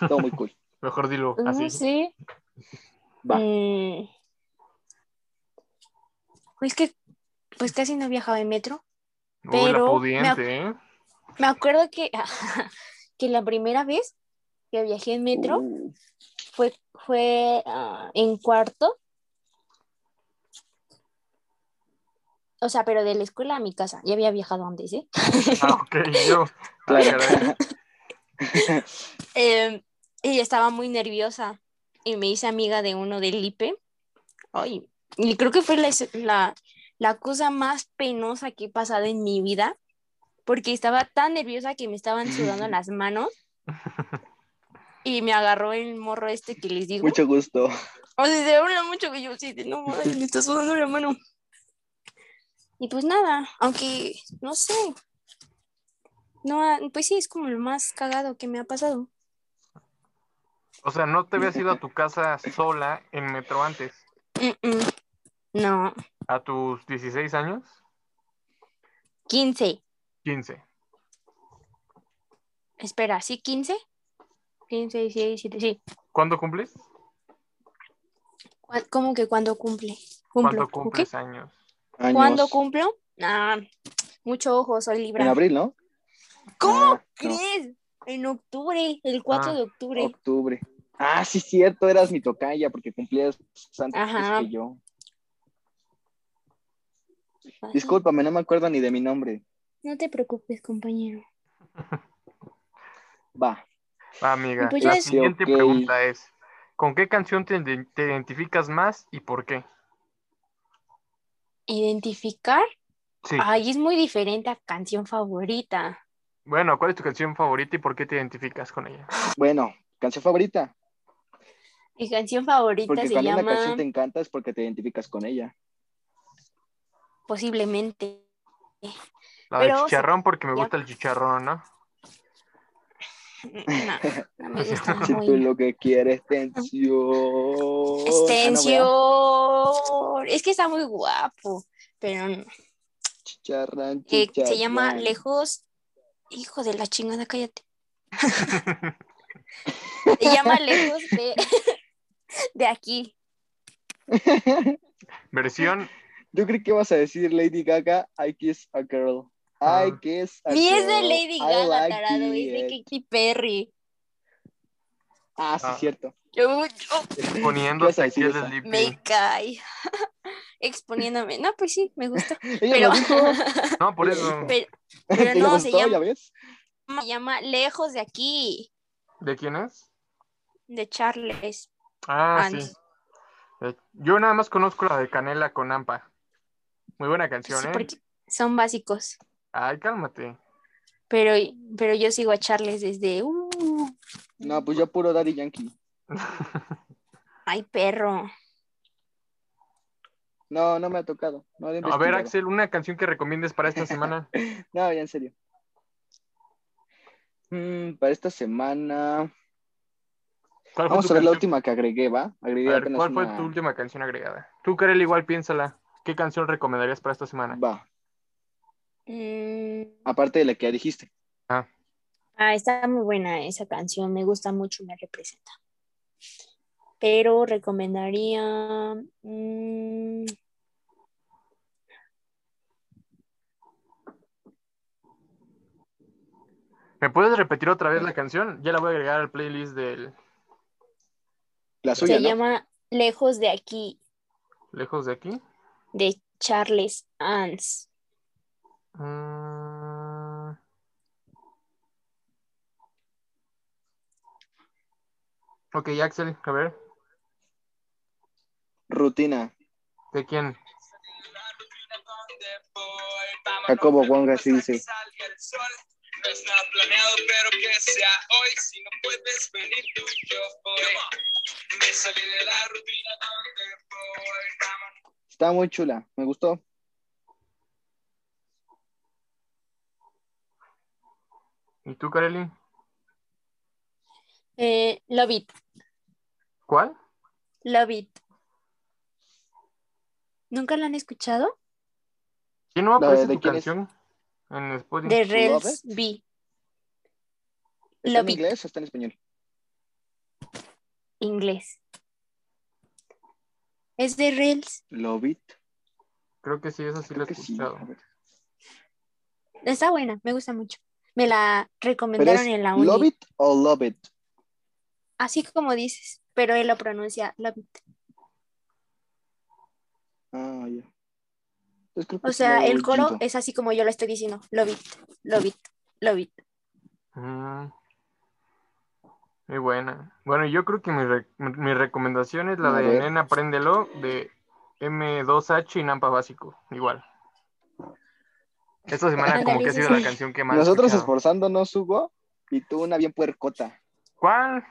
S3: Todo muy cool.
S2: Mejor dilo
S1: No
S2: así.
S1: sé.
S3: Va.
S1: Mm. Pues que pues casi no viajaba en metro.
S2: Uy, la
S1: pero
S2: pudiente, ¿eh?
S1: Me acuerdo que, que la primera vez que viajé en metro
S3: Uh,
S1: fue, fue ah, en cuarto. O sea, pero de la escuela a mi casa. Ya había viajado antes, ¿eh?
S2: Ah, ok, yo. Ah,
S3: claro.
S2: caray.
S1: Eh, y estaba muy nerviosa y me hice amiga de uno del IPE. Ay, y creo que fue la, la, la cosa más penosa que he pasado en mi vida, porque estaba tan nerviosa que me estaban sudando las manos y me agarró el morro este que les digo.
S3: Mucho gusto.
S1: O sea, se habla mucho que yo sí, de, no mames, me está sudando la mano. Y pues nada, aunque no sé. No, ha- pues sí, es como lo más cagado que me ha pasado.
S2: O sea, no te habías ido a tu casa sola en metro antes,
S1: Mm, mm. No,
S2: a tus 16 años,
S1: 15.
S2: 15.
S1: Espera, ¿sí 15? 15, 16, 17, sí.
S2: ¿Cuándo cumples?
S1: Cu- ¿Cómo que cuando cumple?
S2: ¿Cuándo
S1: ¿Cuándo
S2: cumples años?
S3: Años.
S1: ¿Cuándo cumplo? Ah, mucho ojo, soy
S3: En
S1: Libra.
S3: abril, ¿no?
S1: ¿Cómo
S3: Ah, no,
S1: crees? En octubre, el 4
S2: Ah,
S1: de octubre.
S3: octubre. Ah, sí, cierto, eras mi tocaya porque cumplías antes
S1: Ajá.
S3: que yo.
S1: Ay,
S3: Discúlpame, no me acuerdo ni de mi nombre.
S1: Ah, No te preocupes, compañero.
S3: Va.
S2: Va, Ah, amiga,
S1: Pues ya
S2: la
S1: es-
S2: siguiente
S3: Ok.
S2: pregunta es, ¿con qué canción te, ide- te identificas más y por qué?
S1: ¿Identificar?
S2: Sí.
S1: Ay, es muy diferente a canción favorita.
S2: Bueno, ¿cuál es tu canción favorita y por qué te identificas con ella?
S3: Bueno, canción favorita.
S1: Mi canción favorita
S3: Porque
S1: se
S3: cuando
S1: llama
S3: una canción te encanta es porque te identificas con ella.
S1: Posiblemente.
S2: La de
S1: Pero,
S2: chicharrón porque me
S1: ya- pues.
S2: gusta el chicharrón, ¿no?
S1: No, no me gusta
S2: Si
S3: Si
S1: muy-
S3: tú lo que quieres, tensión. Ah, no, ¿verdad?
S1: Extensión. Es que está muy guapo, pero no.
S3: Chicharrán,
S1: Eh, se llama
S3: chicharrán.
S1: Lejos. Hijo de la chingada, cállate. Se llama Lejos de, de aquí.
S2: Versión,
S3: Yo creí que vas a decir Lady Gaga, I kiss a girl. I
S2: Ah.
S3: kiss a
S1: Ni es de
S3: girl,
S1: Lady
S3: I
S1: Gaga,
S3: like
S1: tarado, es de
S3: it.
S1: Katy Perry.
S3: Ah, sí,
S2: Ah.
S3: cierto.
S1: Yo- yo-
S2: poniéndote
S3: Vas a
S2: aquí
S3: decir
S2: el
S3: esa.
S1: me
S2: Sleepy.
S1: cae. Exponiéndome. No, pues sí, me gusta.
S3: Ella
S1: Pero,
S3: lo dijo.
S2: No, por eso.
S1: pero,
S3: ¿Te
S1: pero
S3: le
S1: no, se
S3: gustó? ¿Ya
S1: llama,
S3: ves?
S1: se llama Lejos de aquí,
S2: ¿De quién es?
S1: de Charles.
S2: Ah,
S1: Antes.
S2: sí. Eh, Yo nada más conozco la de Canela con Ampa. Muy buena
S1: Sí,
S2: canción, ¿eh?
S1: porque son básicos.
S2: Ay, cálmate.
S1: Pero, pero yo sigo a Charles desde. uh,
S3: No, pues yo puro Daddy Yankee.
S1: ay, perro.
S3: No, no me ha tocado. No, lo he
S2: A ver,
S3: investigado.
S2: Axel, una canción que recomiendes para esta semana.
S3: No, ya en serio. Mm, para esta semana.
S2: ¿Cuál fue
S3: Vamos
S2: tu
S3: a ver la
S2: canción?
S3: última que agregué, ¿va? Agregué
S2: A ver,
S3: apenas
S2: ¿cuál fue
S3: una-
S2: tu última canción agregada? Tú, Karel, igual piénsala. ¿Qué canción recomendarías para esta semana?
S3: Va,
S1: Mm,
S3: aparte de la que ya dijiste.
S1: ah, está muy buena esa canción. Me gusta mucho, me representa. Pero recomendaría. mm,
S2: ¿Me puedes repetir otra vez la canción? Ya la voy a agregar al playlist del
S3: La
S1: se
S3: suya, ¿no?
S1: llama Lejos de aquí,
S2: Lejos de aquí.
S1: de Charles Ans.
S2: Mm, Ok, Axel, a ver.
S3: Rutina.
S2: ¿De quién?
S3: Jacobo Wong así dice.
S4: No es nada planeado, pero que sea hoy. Si no puedes venir tú, yo voy. Me salí de la rutina donde voy. Vámonos.
S3: Está muy chula, me gustó.
S2: ¿Y tú, Kareli?
S1: Eh, love it,
S2: ¿Cuál?
S1: love it. ¿Nunca la han escuchado?
S2: ¿Quién no
S3: La de-
S2: aparece
S3: ¿de
S2: tu
S3: quién es?
S2: canción? En
S3: Mm,
S2: Spotify.
S1: De
S3: Love
S1: Rels B.
S3: ¿Está
S1: Love
S3: en
S1: it,
S3: inglés o está en español?
S1: inglés. Es de Rels.
S3: Love it.
S2: Creo que sí, esa sí la
S3: Creo
S2: he
S3: que sí.
S2: escuchado.
S3: A ver.
S1: Está buena, me gusta mucho. Me la
S3: Pero
S1: recomendaron
S3: es
S1: en la uni.
S3: love it o love it.
S1: Así como dices, pero él lo pronuncia love it.
S3: Ah, ya. Entonces creo que
S1: O
S3: sí
S1: sea,
S3: la
S1: el
S3: oí
S1: coro
S3: chido.
S1: es así como yo lo estoy diciendo. Love it, love it, love it.
S2: Mm. Muy buena. Bueno, yo creo que mi, re- mi recomendación es la
S3: A
S2: de
S3: ver.
S2: Nena Apréndelo de M2H y Nampa Básico. Igual. Esta semana como que ha sido la canción que más. he
S3: Nosotros
S2: escuchado.
S3: esforzándonos, Hugo, y tú una bien puercota.
S2: ¿Cuál?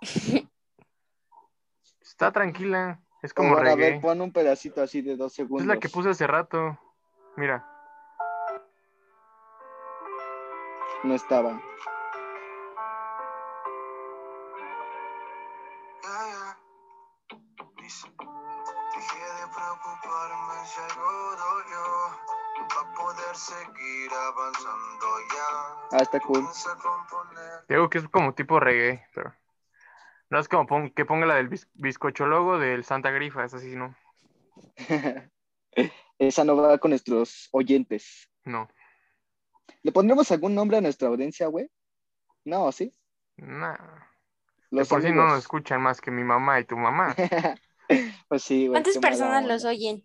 S2: Está tranquila. Es como
S3: Ahora, a
S2: reggae.
S3: ver, pon un pedacito así de dos segundos.
S2: Es la que puse hace rato. Mira.
S3: No estaba.
S4: Ya, ya. Dice, dejé de preocuparme si algo dolió, pa' poder seguir avanzando ya.
S3: Ah, está cool.
S4: Comienza a componer.
S2: Te digo que es como tipo reggae, pero. No es como pon- que ponga la del bis- bizcochólogo del Santa Grifa, es así, no.
S3: Esa no va con nuestros oyentes.
S2: No.
S3: ¿Le pondremos algún nombre a nuestra audiencia, güey? No, ¿sí?
S2: Nah. De
S3: Los
S2: por sí no nos
S3: amigos.
S2: escuchan más que mi mamá y tu mamá,
S3: pues sí, güey.
S1: ¿Cuántas
S3: qué mala
S1: personas
S3: onda.
S1: los oyen?
S3: Un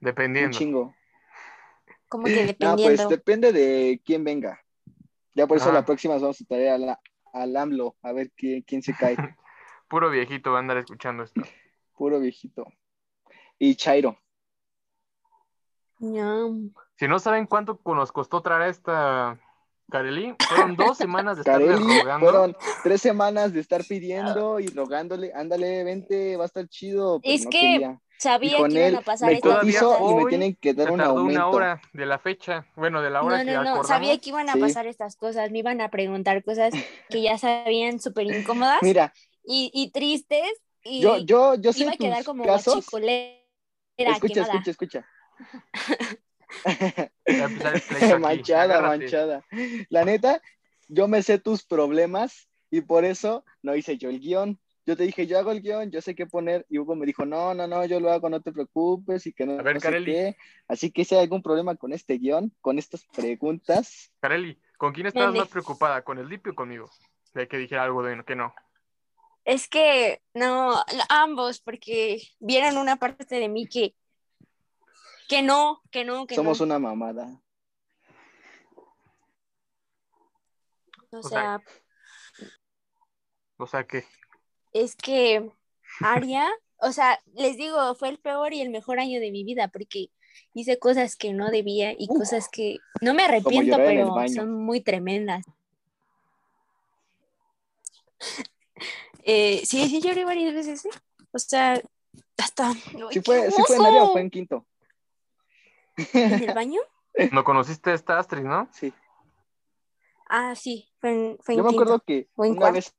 S2: dependiendo.
S3: chingo.
S1: Como que
S3: No,
S1: dependiendo.
S3: pues depende de quién venga. Ya por eso
S2: Ah.
S3: la próxima vamos a traer a la- al AMLO, a ver quién, quién se cae.
S2: Puro viejito va a andar escuchando esto.
S3: Puro viejito. Y Chairo.
S1: Ñam.
S2: Si no saben cuánto co- nos costó traer a esta Kareli, fueron dos semanas de estarle
S3: Carelli,
S2: Pues, rogando.
S3: fueron tres semanas de estar pidiendo y rogándole, ándale, vente, va a estar chido. pero
S1: Ah. Es
S3: no
S1: que
S3: quería. Y
S1: Sabía
S3: con
S1: que iban
S3: él
S1: a pasar
S3: me
S1: estas
S2: todavía
S3: cotizo y
S1: cosas.
S2: hoy
S3: me tienen que dar
S2: Se
S3: un
S2: tardó una
S3: aumento.
S2: hora de la fecha, bueno, de la hora
S1: No,
S2: que
S1: no, no,
S2: acordamos.
S1: sabía que iban a
S3: Sí.
S1: pasar estas cosas, me iban a preguntar cosas que ya sabían súper incómodas
S3: Mira,
S1: y, y tristes y
S3: yo, yo, yo sé
S1: iba a quedar
S3: tus
S1: como
S3: casos.
S1: guachicolera
S3: Escucha,
S1: quemada.
S3: escucha, escucha.
S2: Voy a empezar el pleito aquí.
S3: manchada,
S2: Agárrate.
S3: manchada. La neta, yo me sé tus problemas y por eso no hice yo el guión. Yo te dije, yo hago el guión, yo sé qué poner. Y Hugo me dijo, no, no, no, yo lo hago, no te preocupes y que no,
S2: A ver,
S3: no sé
S2: Kareli.
S3: qué. Así que si hay algún problema con este guión, con estas preguntas,
S2: Kareli, ¿con quién estabas
S1: Mande.
S2: más preocupada? ¿Con el Lipi o conmigo? De que dijera algo de que no.
S1: Es que no, la- ambos, porque vieron una parte de mí que, que no, que no, que
S3: somos
S1: no.
S3: una mamada.
S1: O
S2: o sea-
S1: sea,
S2: O sea que,
S1: es que Aria, o sea, les digo, fue el peor y el mejor año de mi vida, porque hice cosas que no debía y
S3: Uf.
S1: cosas que no me arrepiento,
S3: llorar en el
S1: pero
S3: baño.
S1: son muy tremendas. Eh, sí, sí, lloré varias veces, ¿eh? O sea, hasta. ¡Ay,
S3: ¿Sí
S1: qué
S3: fue, sí fue en área o
S1: oso!
S3: fue en quinto?
S1: ¿En el baño?
S2: no conociste a esta Astrid, ¿no?
S3: Sí.
S1: Ah, sí, fue en, fue en
S3: Yo me
S1: quinto.
S3: acuerdo que
S1: o en
S3: una
S1: cuarto.
S3: vez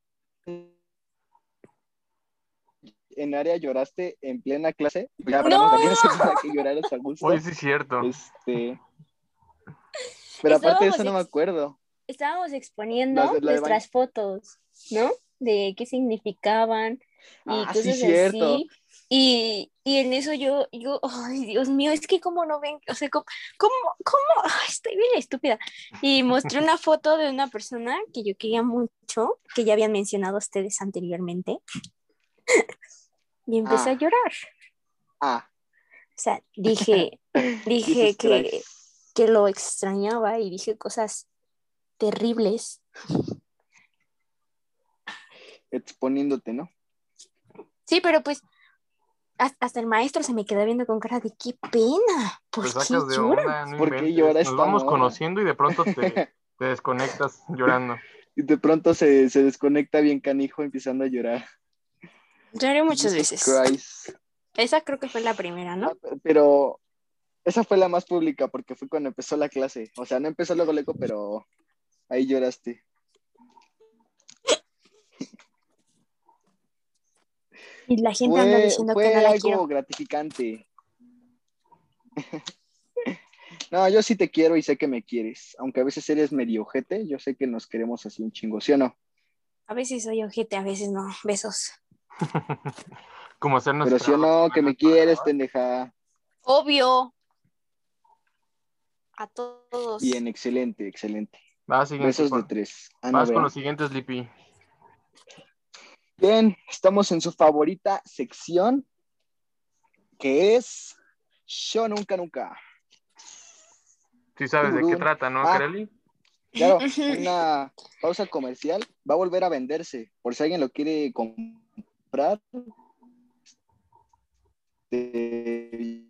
S3: en área lloraste en plena clase. Ya hablamos de clase para que lloraras a gusto.
S2: Oye, sí es cierto.
S3: Este. Pero
S1: Pues
S3: aparte de eso no me
S1: Estábamos ex-
S3: acuerdo.
S1: Estábamos exponiendo
S3: Las de- la de
S1: nuestras fotos, ¿no? De qué significaban y
S3: Ah, sí,
S1: cosas
S3: cierto.
S1: así. Y, y en eso yo, yo, ay, Dios mío, es que como no ven, o sea, como, como, estoy bien estúpida. Y mostré una foto de una persona que yo quería mucho, que ya habían mencionado ustedes anteriormente. Y empecé
S3: Ah.
S1: a llorar.
S3: Ah,
S1: O sea, dije, dije
S3: Jesus
S1: que,
S3: Christ.
S1: que lo extrañaba y dije cosas terribles.
S3: exponiéndote, ¿no?
S1: Sí, pero pues hasta, hasta el maestro se me queda viendo con cara de qué pena. ¿Por
S2: Te
S1: pues, qué
S2: sacas de
S1: llora?
S2: onda, no
S3: ¿Por qué
S2: inventes.
S3: llora
S2: Nos
S3: esta
S2: vamos
S3: morra?
S2: conociendo y de pronto te, te desconectas llorando.
S3: Y de pronto se, se desconecta bien canijo empezando a llorar.
S1: Lloré muchas
S3: Jesus
S1: veces.
S3: Christ.
S1: Esa creo que fue la primera, ¿no?
S3: Ah, pe- Pero esa fue la más pública porque fue cuando empezó la clase. O sea, no empezó luego luego, pero ahí lloraste.
S1: Y la gente anda
S3: Fue,
S1: diciendo
S3: fue
S1: que no la
S3: algo
S1: quiero.
S3: gratificante. no, yo sí te quiero y sé que me quieres. Aunque a veces eres medio ojete, yo sé que nos queremos así un chingo, ¿sí o no?
S1: A veces soy ojete, a veces no. Besos.
S2: Como ser
S3: Pero sí o no, que me quieres, pendeja.
S1: Obvio. A todos.
S3: Bien, excelente, excelente.
S2: Vas, siguiente,
S3: Besos de
S2: con-
S3: tres. Ah, no,
S2: vas con
S3: vean.
S2: los siguientes, Lipi.
S3: Bien, estamos en su favorita sección, que es Yo Nunca Nunca.
S2: Sí sabes de qué
S3: Tururún.
S2: trata, ¿no,
S3: Ah.
S2: Kareli?
S3: Claro, una pausa comercial va a volver a venderse, por si alguien lo quiere comprar. este,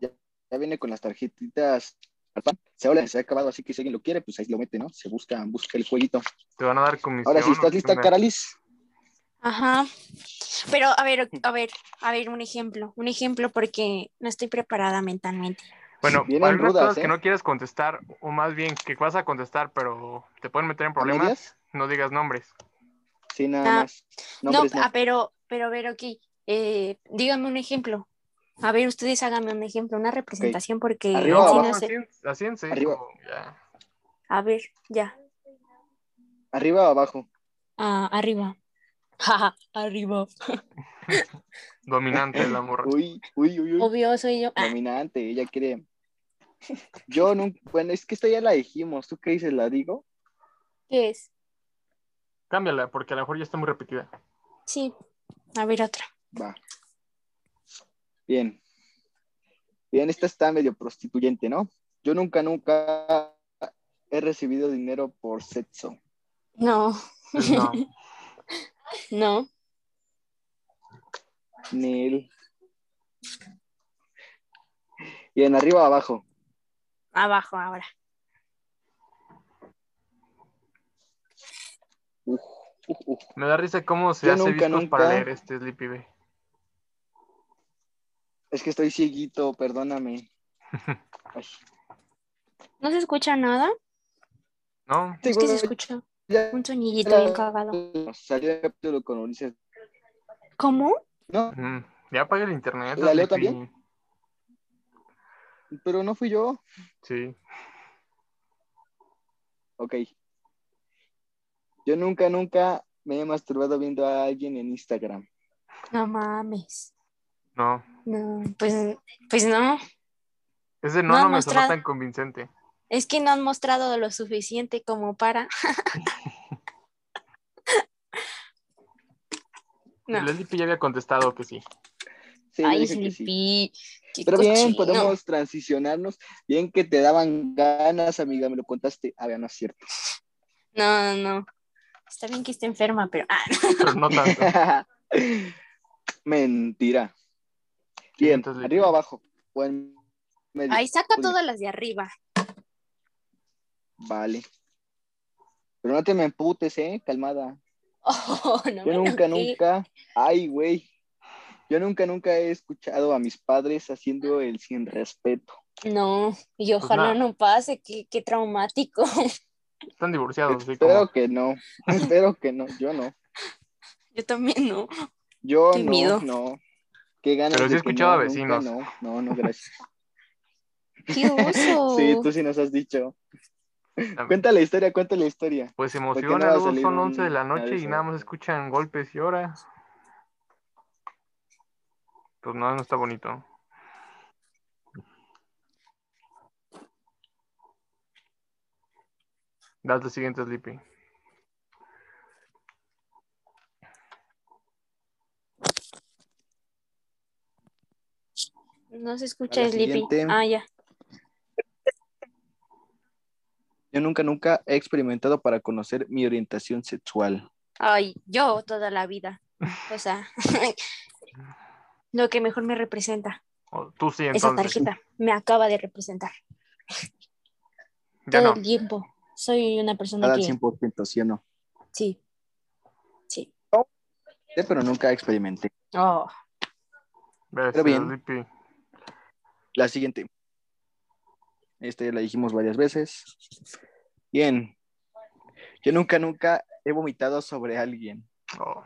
S3: ya, ya viene con las tarjetitas. Se habla, se ha acabado, así que si alguien lo quiere, pues ahí lo mete, ¿no? Se busca, busca el jueguito.
S2: Te van a dar comisión.
S3: Ahora sí,
S2: o
S3: ¿estás
S2: qué
S3: lista,
S2: onda?
S3: Caralis?
S1: Ajá. Pero a ver, a ver, a ver, un ejemplo. Un ejemplo porque no estoy preparada mentalmente.
S2: Bueno,
S3: Vienen
S2: algunas
S3: rudas,
S2: cosas
S3: ¿eh?
S2: que no quieres contestar, o más bien que vas a contestar, pero te pueden meter en
S3: ¿A
S2: problemas,
S3: medias?
S2: no digas nombres.
S3: Sí, nada
S1: Ah,
S3: más.
S1: No,
S3: Nombres no.
S1: ah, pero, pero a ver, ok. eh, dígame un ejemplo. A ver, ustedes háganme un ejemplo, una representación, porque
S3: Arriba
S1: en sí
S3: o
S1: no
S3: abajo,
S1: sé.
S2: así, así en seco,
S3: Arriba.
S2: ya.
S1: A ver, ya.
S3: Arriba o abajo.
S1: Ah, arriba. Jaja, arriba.
S2: Dominante la morra.
S3: Uy, uy, uy, uy.
S1: Obvio, soy yo. Ah,
S3: Dominante, ella quiere. Yo nunca. Bueno, es que esta ya la dijimos. ¿Tú qué dices? ¿La digo?
S1: ¿Qué es?
S2: Cámbiala, porque a lo mejor ya está muy repetida.
S1: Sí. A ver, otra.
S3: Va. Bien. Bien, esta está medio prostituyente, ¿no? Yo nunca, nunca he recibido dinero por sexo.
S1: No,
S2: Pues no.
S1: no.
S3: Ni él. Bien, arriba o abajo.
S1: Abajo ahora.
S3: Uf, uf.
S2: Me da risa cómo se
S3: Yo
S2: hace
S3: nunca,
S2: vistos para
S3: nunca.
S2: leer este Sleepy B.
S3: Es que estoy cieguito, perdóname. Ay,
S1: ¿No se escucha nada?
S2: ¿No?
S1: Es que se escucha
S3: ya-
S1: un sonidito bien cagado.
S3: Salió el capítulo con Ulises.
S1: ¿Cómo?
S3: No,
S2: Mm, Ya apaga el internet.
S3: ¿La leo
S2: Sleepy.
S3: también? pero no fui yo.
S2: Sí.
S3: Ok. Yo nunca, nunca me he masturbado viendo a alguien en Instagram.
S1: No mames.
S2: No.
S1: No, pues, pues no.
S2: Ese no, no,
S1: No ha
S2: me sonó
S1: mostrado.
S2: tan convincente.
S1: Es que no han mostrado lo suficiente como para. no.
S2: El Sleepy ya había contestado que sí.
S3: Sí, yo
S1: Ay,
S3: dije que sí.
S1: Sleepy. qué
S3: Pero bien,
S1: cochino.
S3: podemos transicionarnos. Bien que te daban ganas, amiga, me lo contaste. A ver, no es cierto.
S1: No, no. Está bien que esté enferma, pero. Ah,
S2: Pero no tanto.
S3: Mentira. Bien,
S2: entonces,
S3: arriba o abajo. O en medio.
S1: Ay, saca
S3: Muy
S1: todas las de arriba.
S3: Vale. Pero no te me emputes, ¿eh? Calmada.
S1: Oh,
S3: Yo
S1: no me
S3: nunca,
S1: enojes.
S3: nunca, ay, güey. Yo nunca, nunca he escuchado a mis padres haciendo el sin respeto.
S1: No, y
S2: Pues
S1: ojalá
S2: nada.
S1: no pase, qué, qué traumático.
S2: Están divorciados, sí, como.
S3: Espero que no, espero que no, yo no.
S1: Yo también no.
S3: Yo
S1: Qué
S3: no,
S1: miedo.
S3: no. Qué ganas
S2: Pero sí he
S3: de que
S2: escuchado
S3: no,
S2: a
S3: nunca
S2: vecinos.
S3: No, no, no, gracias.
S1: Qué oso.
S3: Sí, tú sí nos has dicho.
S2: También.
S3: Cuenta la historia, cuenta la historia.
S2: Pues se
S3: Porque
S2: emociona,
S3: no va a
S2: luego
S3: salir
S2: son 11 de la
S3: una de
S2: noche y
S3: esas.
S2: nada más escuchan golpes y horas. Pues no, no está bonito. Das lo siguiente, Sleepy.
S1: No se escucha
S3: A la
S1: Sleepy.
S3: siguiente.
S1: Ah, ya.
S3: Yo nunca, nunca he experimentado para conocer mi orientación sexual.
S1: Ay, yo toda la vida. O sea, lo que mejor me representa.
S2: O tú sí,
S1: Esa
S2: entonces.
S1: tarjeta me acaba de representar
S2: Ya
S1: todo
S2: no.
S1: el tiempo. Soy una persona
S3: Cada
S1: que
S3: 100%, ¿sí o no?
S1: sí. Sí.
S3: Sí, pero nunca experimenté.
S1: Oh,
S2: Ves,
S3: Pero bien.
S2: Lipi.
S3: La siguiente. Esta ya la dijimos varias veces. Bien. Yo nunca, nunca he vomitado sobre alguien.
S2: Oh.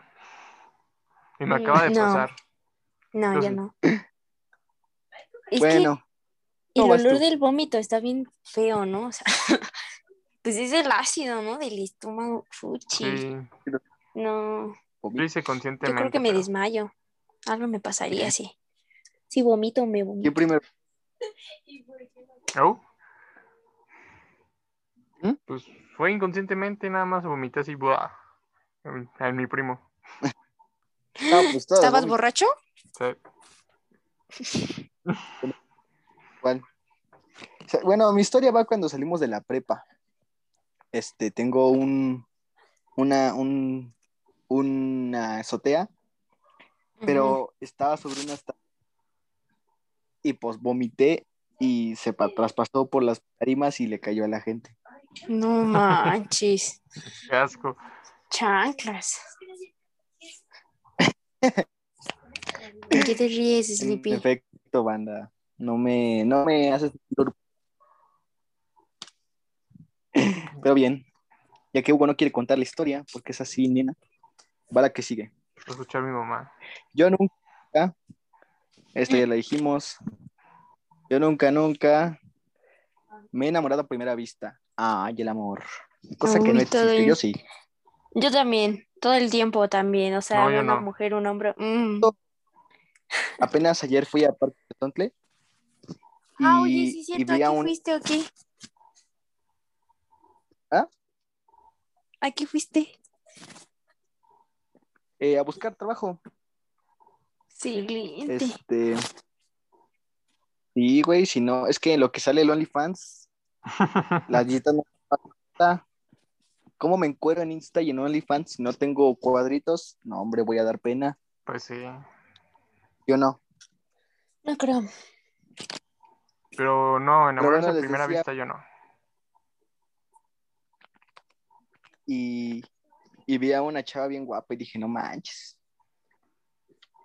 S2: Y me
S1: Mm,
S2: acaba de
S1: no.
S2: pasar.
S1: no,
S2: Yo
S1: ya
S2: sí.
S1: no. Es que
S3: bueno,
S1: Y el
S3: ¿Cómo vas
S1: olor
S3: tú?
S1: del vómito está bien feo, ¿no? O sea, pues es el ácido, ¿no? Del estómago. Fuchi.
S2: Sí.
S1: No,
S2: Lo hice conscientemente.
S1: yo creo que me
S2: pero- ¿Eh?
S1: desmayo. Algo me pasaría así. Si vomito, me vomito.
S3: ¿quién primero?
S2: pues, Au.
S3: ¿Mm?
S2: Pues fue inconscientemente, nada más vomité así. buah, en- en mi primo.
S3: No, pues todos
S1: ¿Estabas
S3: vomitan.
S1: borracho?
S2: Sí.
S3: ¿Cuál? O sea, Bueno, mi historia va cuando salimos de la prepa. Este, tengo un, una, un- una azotea, pero estaba sobre una esta- y pues vomité y se pa- traspasó por las tarimas y le cayó a la gente.
S1: Ujú. No manches.
S2: Qué asco.
S1: Chanclas. ¿De qué te ríes,
S3: En
S1: Sleepy?
S3: efecto, banda, no me, no me haces sentir org- Pero bien, ya que Hugo no quiere contar la historia, porque es así, nena, va la que sigue.
S2: Lo escuché a mi mamá.
S3: Yo nunca, esto ya lo dijimos, yo nunca, nunca me he enamorado a primera vista. Ay, el amor. Cosa que no
S1: Uy, todo
S3: existe,
S1: bien.
S3: yo sí.
S1: Yo también, todo el tiempo también. O sea,
S2: No, yo
S1: una
S2: no.
S1: mujer, un hombre. mm.
S3: Apenas ayer fui a Parque de Tontle y,
S1: Ah, oye, sí,
S3: y
S1: es cierto,
S3: vi
S1: aquí
S3: a un...
S1: fuiste o qué?
S3: ¿Ah?
S1: Aquí fuiste.
S3: eh, a buscar trabajo.
S1: Siguiente.
S3: Este... Sí, güey, si no, es que en lo que sale el OnlyFans, las dietas no... ¿Cómo me encuero en Insta y en OnlyFans si no tengo cuadritos? No, hombre, voy a dar pena.
S2: pues sí.
S3: Yo no.
S1: No creo.
S2: Pero no, enamorarse
S3: bueno,
S2: a
S3: les
S2: primera
S3: decía-
S2: vista yo no.
S3: y, y vi a una chava bien guapa y dije, no manches.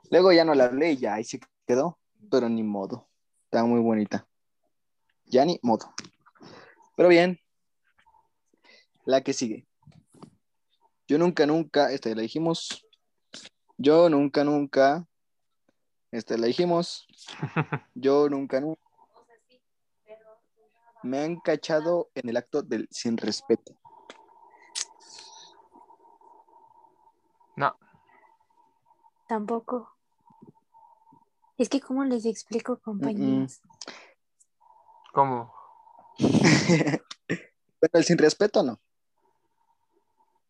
S3: Luego ya no la hablé y ya ahí se quedó, pero ni modo. Estaba muy bonita. Ya ni modo. Pero bien. La que sigue. Yo nunca, nunca, esta ya la dijimos. Yo nunca, nunca, esta ya la dijimos. Yo nunca, nunca. Me han cachado en el acto del sin respeto.
S1: Tampoco. Es que, ¿cómo les
S3: Mm,
S1: explico, compañeros?
S2: ¿Cómo?
S3: Pero el sin respeto no.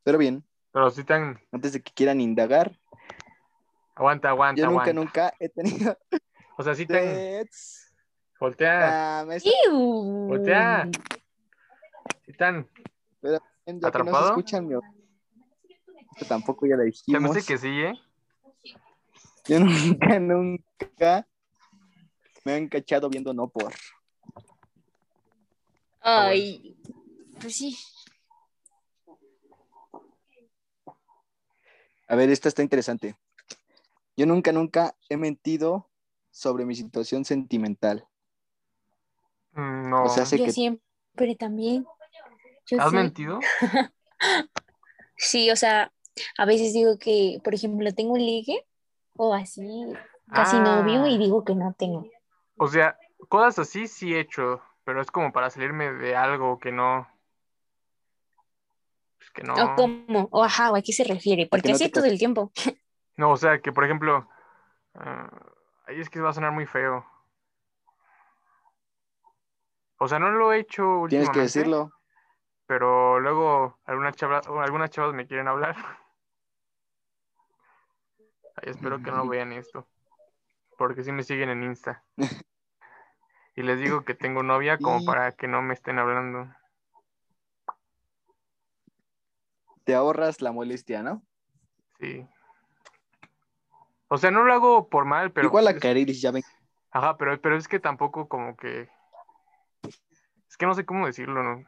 S3: Pero bien,
S2: Pero sí tan...
S3: antes de que quieran indagar,
S2: Aguanta, aguanta,
S3: yo nunca,
S2: aguanta.
S3: nunca he tenido.
S2: O sea, sí tan...
S3: Sets.
S2: Voltea,
S3: Ah, me está
S1: ¡Iu!
S2: voltea. Sí tan...
S3: viendo que no se
S2: ¿Atrapado?
S3: escuchan mi Yo tampoco ya la
S2: Se me
S3: dijimos.
S2: hace que sí, ¿eh?
S3: Yo nunca, nunca me han cachado viendo no por.
S1: Ay. Ah, Pues sí.
S3: A ver, esta está interesante. Yo nunca, nunca he mentido sobre mi situación sentimental.
S2: Mm, No.
S3: O sea, sí. Sé
S1: Yo
S3: que-
S1: siempre también. Yo
S2: ¿Has
S1: sí.
S2: mentido?
S1: Sí, o sea, a veces digo que, por ejemplo, tengo un ligue o así, casi
S2: Ah.
S1: novio y digo que no tengo.
S2: O sea, cosas así sí he hecho, pero es como para salirme de algo que no... Pues que no...
S1: O cómo, o ajá, o a qué se refiere, porque
S3: no
S1: así
S3: te
S1: todo el tiempo.
S2: No, o sea, que por ejemplo... ah, Ahí es que va a sonar muy feo. O sea, no lo he hecho
S3: Tienes
S2: últimamente.
S3: que decirlo.
S2: pero luego algunas chavas, algunas chavas me quieren hablar. Ay, espero que no vean esto, porque si me siguen en Insta. Y les digo que tengo novia como
S3: Y-
S2: para que no me estén hablando.
S3: Te ahorras la molestia, ¿no?
S2: Sí. O sea, no lo hago por mal, pero. pues,
S3: Igual a Cariris, ya ven.
S2: Ajá, pero, pero es que tampoco como que. Es que no sé cómo decirlo, ¿no?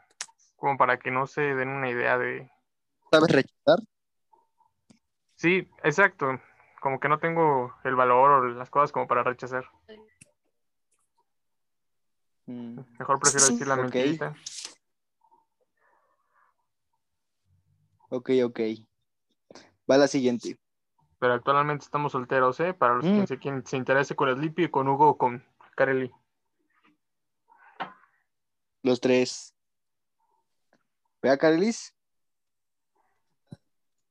S2: Como para que no se den una idea de.
S3: ¿Sabes rechazar?
S2: Sí, exacto. Como que no tengo el valor o las cosas como para rechazar.
S3: Mm,
S2: Mejor prefiero decir la
S3: Ok.
S2: mentirita.
S3: ok, ok. Va la siguiente.
S2: Pero actualmente estamos solteros, ¿eh? Para los
S3: Mm.
S2: que se, quien se interese con Sleepy, con Hugo o con Kareli.
S3: Los tres. Vea, Carilis.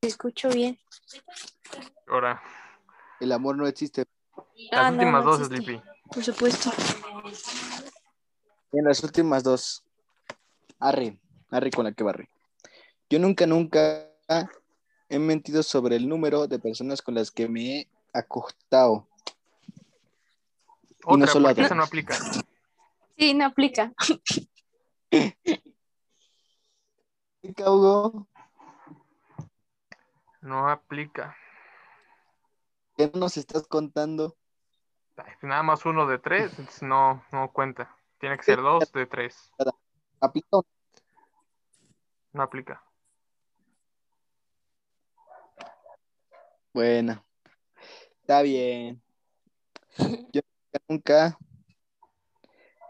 S1: Te escucho bien.
S2: Ahora,
S3: El amor no existe.
S2: las
S1: Ah, no,
S2: últimas
S1: no
S2: dos,
S1: existe.
S2: Sleepy.
S1: Por supuesto.
S3: En las últimas dos. Arre. Arre con la que barre. Yo nunca, nunca he mentido sobre el número de personas con las que me he acostado. Y no
S2: Otra,
S3: solo
S2: porque
S3: a
S2: esa no aplica.
S1: Sí, no aplica.
S3: Chica, Hugo,
S2: No aplica.
S3: ¿Qué nos estás contando?
S2: Ay, pues Nada más uno de tres, entonces no, no cuenta. Tiene que ser dos de tres.
S3: ¿Aplica o no?
S2: No aplica.
S3: Bueno, está bien. Yo nunca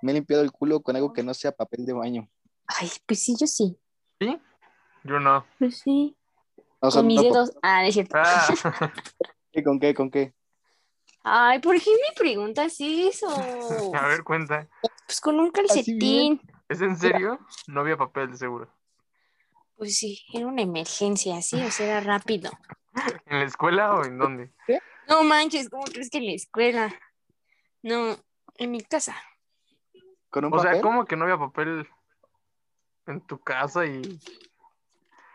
S3: me he limpiado el culo con algo que no sea papel de baño.
S1: Ay, pues sí, yo sí.
S2: ¿Sí? Yo no.
S1: Pues sí.
S3: O sea,
S1: Con mis
S3: no,
S1: dedos. Ah, no es cierto.
S2: Ah,
S3: ¿con- ¿Con qué? ¿Con qué?
S1: Ay, ¿por qué me preguntas eso?
S2: a ver, cuenta.
S1: Pues con un
S3: Así bien.
S1: calcetín.
S2: ¿Es en serio? No había papel, de seguro.
S1: Pues sí, era una emergencia, sí, o sea, era rápido.
S2: ¿En la escuela o en dónde?
S1: No manches, ¿cómo crees que en la escuela? No, en mi casa.
S3: ¿Con un
S2: O sea,
S3: papel?
S2: ¿cómo que no había papel en tu casa y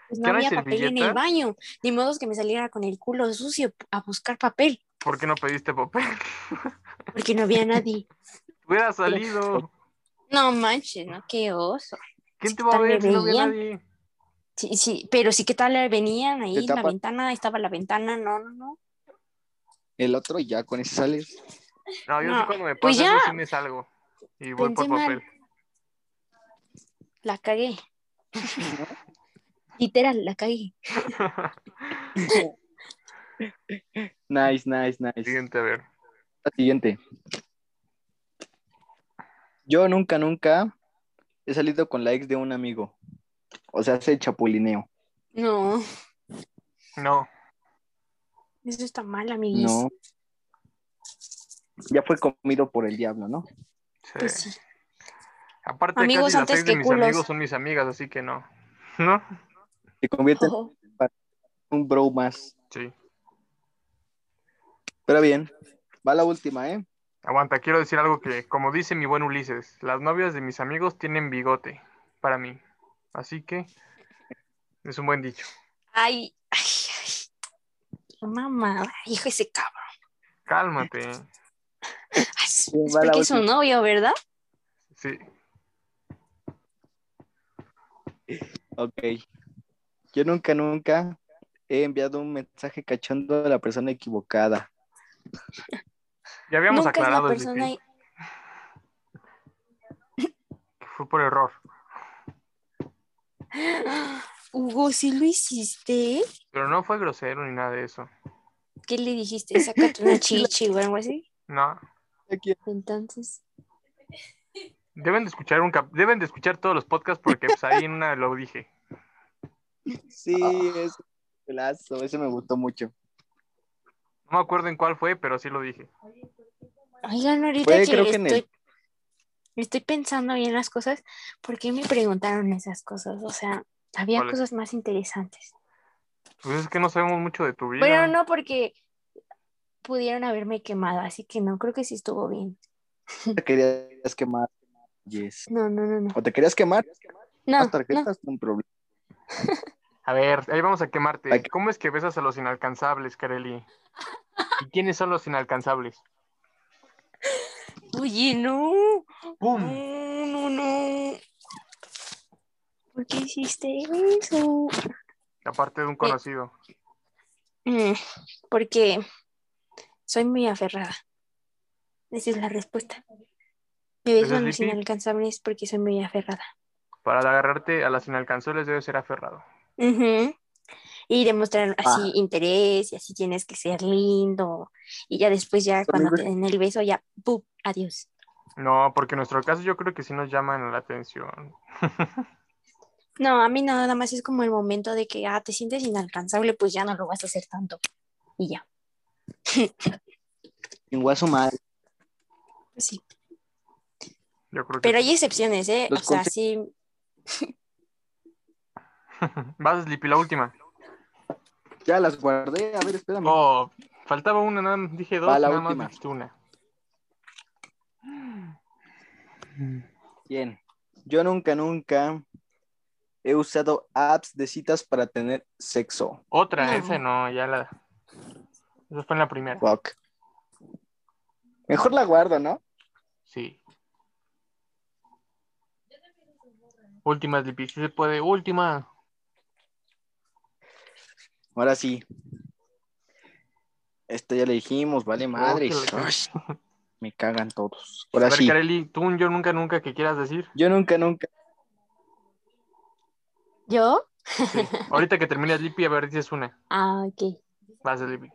S1: Pues
S2: ¿Ya
S1: no
S2: no hay
S1: había papel en el
S2: servilleta?
S1: baño. Ni modo que me saliera con el culo sucio a buscar papel,
S2: por qué no pediste papel?
S1: porque no había nadie.
S2: Hubiera salido.
S1: No manches, no, qué oso.
S2: ¿Quién te va a ver si no había nadie?
S1: Sí, sí, pero sí que tal venían ahí
S3: Te
S1: en la
S3: tapa-
S1: ventana, estaba la ventana, no, no, no.
S3: El otro ya con ese sales.
S2: No, yo sí
S1: No,
S2: cuando me pasa
S1: pues ya.
S2: eso sí me salgo. Y voy
S1: Pensé
S2: por papel.
S1: mal. La cagué. Literal, la cagué.
S3: Nice, nice, nice.
S2: Siguiente, a ver.
S3: La siguiente. Yo nunca, nunca he salido con la ex de un amigo. O sea, hace chapulineo.
S1: No,
S2: No,
S1: eso está mal, amiguis.
S3: No. Ya fue comido por el diablo, ¿no?
S2: sí.
S1: Pues sí.
S2: Aparte,
S1: Amigos
S2: casi las
S1: antes
S2: seis de
S1: que
S2: mis
S1: culos.
S2: amigos son mis amigas, así que no. ¿No?
S3: Se convierte en
S1: Ojo.
S3: un bro más.
S2: Sí.
S3: Pero bien, va la última, ¿eh?
S2: Aguanta, quiero decir algo que, como dice mi buen Ulises, las novias de mis amigos tienen bigote, para mí. Así que es un buen dicho.
S1: Ay, ay, ay. Qué Mamada, hijo ese cabrón.
S2: Cálmate.
S1: Ay, es
S3: va la
S1: porque es
S3: última.
S1: un novio, ¿verdad?
S2: Sí.
S3: Ok. Yo nunca, nunca he enviado un mensaje cachondo a la persona equivocada.
S2: Ya habíamos
S1: Nunca es la
S2: aclarado el
S1: persona.
S2: DP, que fue por error.
S1: Hugo, si lo hiciste,
S2: Pero no fue grosero ni nada de eso.
S1: ¿qué le dijiste? Sácate una chichi o algo así.
S2: No.
S3: Aquí.
S1: Entonces,
S2: Deben de escuchar un cap- deben de escuchar todos los podcasts porque pues, ahí en una lo dije.
S3: Sí,
S1: Ah.
S3: es un golazo, ese me gustó mucho.
S2: No me acuerdo en cuál fue, pero sí lo dije.
S1: oigan, ahorita
S3: Fue,
S1: que,
S3: creo que en el-
S1: estoy, estoy pensando bien las cosas, ¿por qué me preguntaron esas cosas? O sea, había
S2: ¿Cuáles?
S1: cosas más interesantes.
S2: Pues es que no sabemos mucho de tu vida.
S1: Pero no porque pudieron haberme quemado, así que no, creo que sí estuvo bien.
S3: Te querías quemar. Yes.
S1: No, no, no, no.
S3: O te querías quemar
S1: No,
S3: las
S1: no.
S3: tarjetas, un problema.
S2: A ver, ahí vamos a quemarte.
S3: Ay, que-
S2: ¿Cómo es que besas a los inalcanzables, Kareli? ¿Y quiénes son los inalcanzables?
S1: Oye, no.
S2: ¡Pum!
S1: No, no, no. ¿Por qué hiciste eso?
S2: Aparte de un conocido.
S1: Mm, Porque soy muy aferrada. Esa es la respuesta. Mi
S2: ¿Eso es
S1: los
S2: hippie?
S1: inalcanzables es porque soy muy aferrada.
S2: Para agarrarte a las inalcanzables debes ser aferrado.
S1: Ujú. Y demostrar así
S3: Ah.
S1: interés, y así tienes que ser lindo. Y ya después, ya cuando te
S3: Amigos.
S1: den el beso, ya, ¡pum! Adiós.
S2: No, porque en nuestro caso yo creo que sí nos llaman la atención.
S1: No, a mí nada más es como el momento de que, ah, te sientes inalcanzable, pues ya no lo vas a hacer tanto. Y ya,
S3: En guaso mal.
S1: pues sí.
S2: Yo creo que
S1: Pero hay
S2: sí.
S1: excepciones, ¿eh?
S3: Los
S1: o sea, sí.
S2: Vas, Sleepy, la última.
S3: Ya las guardé. A ver, espérame.
S2: Oh, faltaba una, nada más dije dos,
S3: Va, la
S2: nada más
S3: última.
S2: dijiste una.
S3: Bien. Yo nunca, nunca he usado apps de citas para tener sexo.
S2: Otra,
S1: No.
S2: esa no, ya la. Esa fue en la primera.
S3: Fuck. Mejor la guardo, ¿no?
S2: Sí. Última, Sleepy, si se puede. Última.
S3: Ahora sí. Esta ya le dijimos, vale madre.
S2: que la-
S3: me cagan todos.
S2: A
S3: Ahora
S2: ver,
S3: sí.
S2: Kareli, tú un yo nunca, nunca que quieras decir.
S3: Yo nunca, nunca.
S1: ¿Yo?
S2: Sí. Ahorita que termine Sleepy, a ver, dices una.
S1: Ah, ok.
S2: Vas, Sleepy.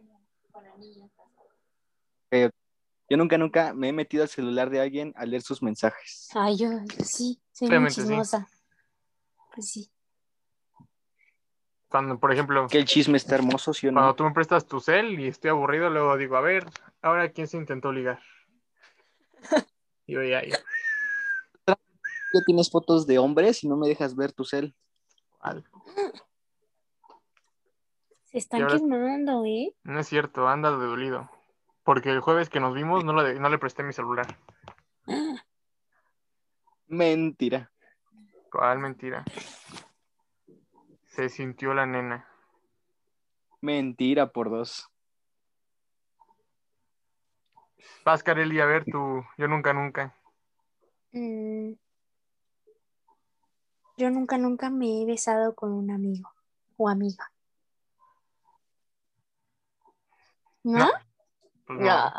S3: Yo nunca, nunca me he metido al celular de alguien a leer sus mensajes.
S1: Ay, yo sí, soy muy
S2: Obviamente, sí.
S1: chismosa. Pues sí.
S2: Cuando, por ejemplo,
S3: Que el chisme está hermoso, ¿sí o
S2: cuando
S3: no?
S2: tú me prestas tu cel y estoy aburrido, luego digo, a ver, ahora quién se intentó ligar. Y yo, ya, ya.
S3: Tú tienes fotos de hombres y no me dejas ver tu cel.
S2: Vale.
S1: Se están
S2: Ya ves.
S1: quemando, ¿eh?
S2: No es cierto, anda de dolido. Porque el jueves que nos vimos no, lo de- no le presté mi celular.
S3: Mentira.
S2: Cuál mentira. Se sintió la nena.
S3: Mentira por dos.
S2: Vas, Kareli, a ver tu Yo nunca, nunca.
S1: Mm. Yo nunca, nunca me he besado con un amigo o amiga. ¿No?
S2: No, Pues no.
S1: No.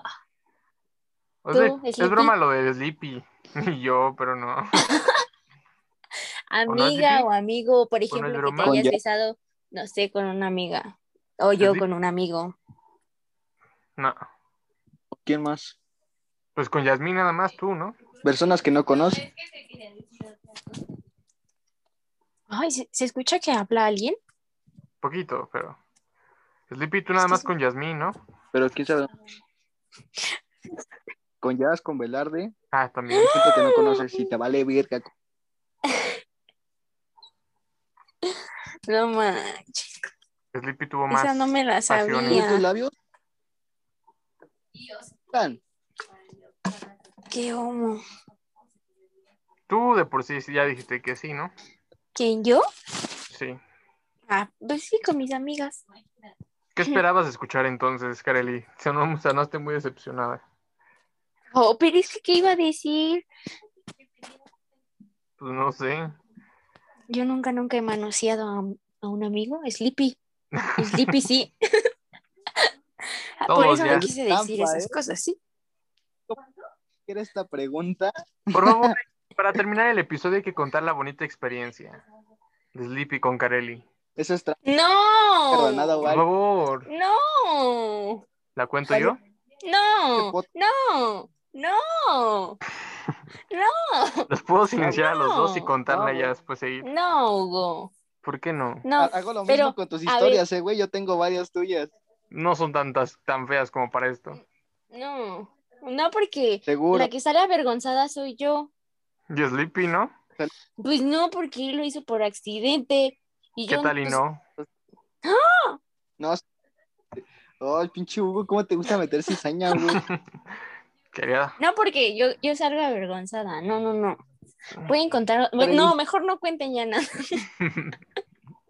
S2: O sea,
S1: ¿Tú,
S2: es
S1: Sleepy?
S2: broma lo de Sleepy. Y yo, pero no.
S1: Amiga
S2: Sleepy?
S1: o amigo, por
S2: no es
S1: ejemplo, que te
S2: broma?
S1: hayas
S3: Con ya-
S1: besado, no sé, con una amiga. O yo
S2: Sleepy?
S1: con un amigo.
S2: No.
S3: ¿Quién más?
S2: Pues con Yasmín nada más tú, ¿no?
S3: Personas que no conocen.
S1: Ay, ¿se, se escucha que habla alguien?
S2: Poquito, pero. Sleepy, tú nada
S1: que
S2: más
S1: sí.
S2: con Yasmín, ¿no?
S3: Pero quién sabe. Con Jazz, con Velarde,
S2: Ah, también.
S3: gente que no conoces y te vale verga.
S1: No manches.
S2: Sleepy tuvo más.
S1: Esa no me la
S2: pasiones.
S3: ¿Y tus
S1: sabía.
S3: labios? Tan.
S1: Qué homo.
S2: Tú de por sí ya dijiste que sí, ¿no?
S1: ¿Quién yo?
S2: Sí.
S1: Ah, pues sí, con mis amigas.
S2: ¿Qué esperabas escuchar entonces, Kareli? O sea, no, o sea, no esté muy decepcionada.
S1: Oh, pero es que, ¿qué iba a decir?
S2: Pues no sé.
S1: Yo nunca, nunca he manoseado a, a un amigo, Sleepy. Sleepy sí. Por
S2: Todos
S1: eso
S2: ya.
S1: no quise decir
S3: Trampa,
S1: esas
S3: ¿eh?
S1: cosas, sí.
S3: ¿Qué era esta pregunta?
S2: Por favor, para terminar el episodio hay que contar la bonita experiencia de Sleepy con Kareli.
S3: Eso es trampa, perdonada,
S1: ¡No!
S2: Por
S3: vale.
S2: favor,
S1: ¡No!
S2: ¿la cuento yo?
S1: ¡No!
S3: Este pod-
S1: ¡No! ¡No! ¡No!
S2: Los puedo silenciar a los
S1: No,
S2: dos y contarla
S3: no.
S2: ya después seguir.
S1: ¡No, Hugo!
S2: ¿Por qué no?
S1: No,
S3: Hago lo mismo
S1: pero
S3: con tus
S1: a ver.
S3: historias, eh, güey. Yo tengo varias tuyas.
S2: No son tantas tan feas como para esto.
S1: no. No, porque
S3: Seguro.
S1: la que sale avergonzada soy yo.
S2: Y Sleepy, ¿no?
S1: Pues no, porque él lo hizo por accidente. Y
S2: ¿Qué
S1: yo,
S2: tal y
S1: pues,
S2: no?
S3: No. Oh, el pinche Hugo, ¿cómo te gusta meter cizaña, güey?
S2: Querida.
S1: No, porque yo, yo salgo avergonzada. No, no, no.
S2: Ah.
S1: Pueden contar.
S3: Pero
S1: No,
S3: y-
S1: mejor no cuenten ya nada.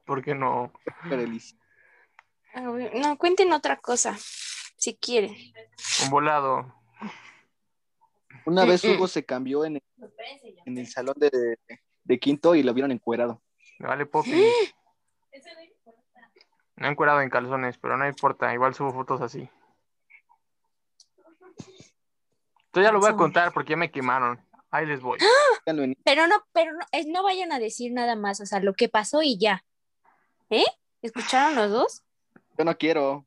S2: ¿Por qué no?
S3: Kareli.
S1: A ver, Ah, No, cuenten otra cosa. Si quieren.
S2: Un volado.
S3: Una vez
S1: Mm-mm.
S3: Hugo se cambió en el, en el salón de, de quinto y lo vieron encuerado.
S2: Me vale Poppy. No he encuerado en calzones, pero no importa, igual subo fotos así. Yo ya lo voy a contar porque ya me quemaron. Ahí les voy.
S3: Déjalo en-
S1: Pero no, pero no, es- no vayan a decir nada más, o sea, lo que pasó y ya. ¿Eh? ¿Escucharon los dos?
S3: Yo no quiero.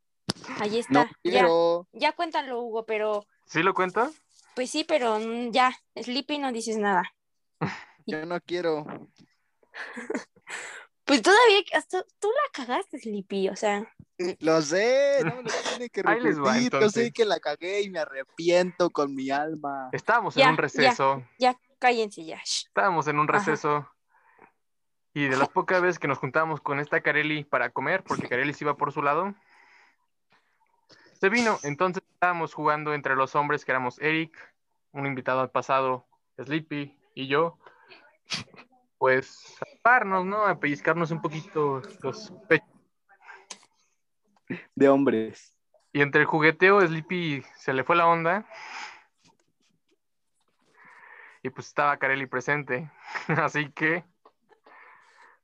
S1: Ahí está.
S3: No
S1: Ah, ya,
S3: quiero.
S1: ya cuéntalo, Hugo, pero
S2: ¿Sí lo cuento?
S1: pues sí, pero mm, ya, Sleepy no dices nada.
S3: Yo no quiero.
S1: Pues todavía, hasta tú la cagaste, Sleepy, o sea,
S3: Lo sé. No me lo tienen que
S2: Ahí les va,
S3: repetir. Yo sé
S2: entonces.
S3: que la cagué y me arrepiento con mi alma.
S2: Estábamos
S1: Ya,
S2: en un
S1: ya.
S2: receso.
S1: ya cállense ya. shh.
S2: Estábamos en un
S1: Ajá.
S2: receso. Y de las pocas veces que nos juntábamos con esta Carelli para comer, porque Carelli se iba por su lado, se vino. Entonces estábamos jugando entre los hombres que éramos Eric, un invitado al pasado, Sleepy y yo. Pues a taparnos, ¿no? A pellizcarnos un poquito los pechos.
S3: De hombres.
S2: Y entre el jugueteo, Sleepy se le fue la onda. Y pues estaba Carelli presente. Así que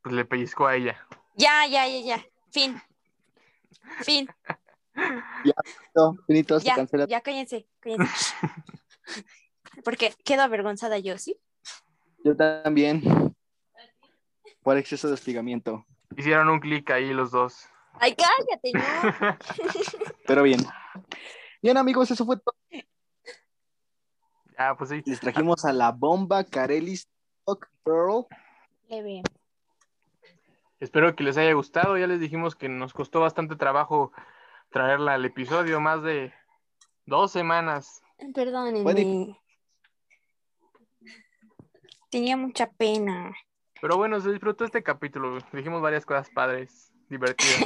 S2: pues le pellizcó a ella.
S1: Ya, ya, ya, ya. Fin. Fin.
S3: No, finito, se
S1: Ya,
S3: cancela.
S1: ya cállense, cállense. shh. Porque quedo avergonzada yo, ¿sí?
S3: Yo también. Por exceso de hostigamiento.
S2: Hicieron un clic ahí los dos.
S1: Ay, cállate, no.
S3: Pero bien. Bien, amigos, eso fue todo.
S2: Ah, pues sí.
S3: Les trajimos a la bomba Carelis Talk Pearl.
S1: Leve.
S2: Espero que les haya gustado. Ya les dijimos que nos costó bastante trabajo traerla al episodio, más de dos semanas.
S1: Perdónenme. Tenía mucha pena.
S2: Pero bueno, se disfrutó este capítulo. Dijimos varias cosas padres, divertidas.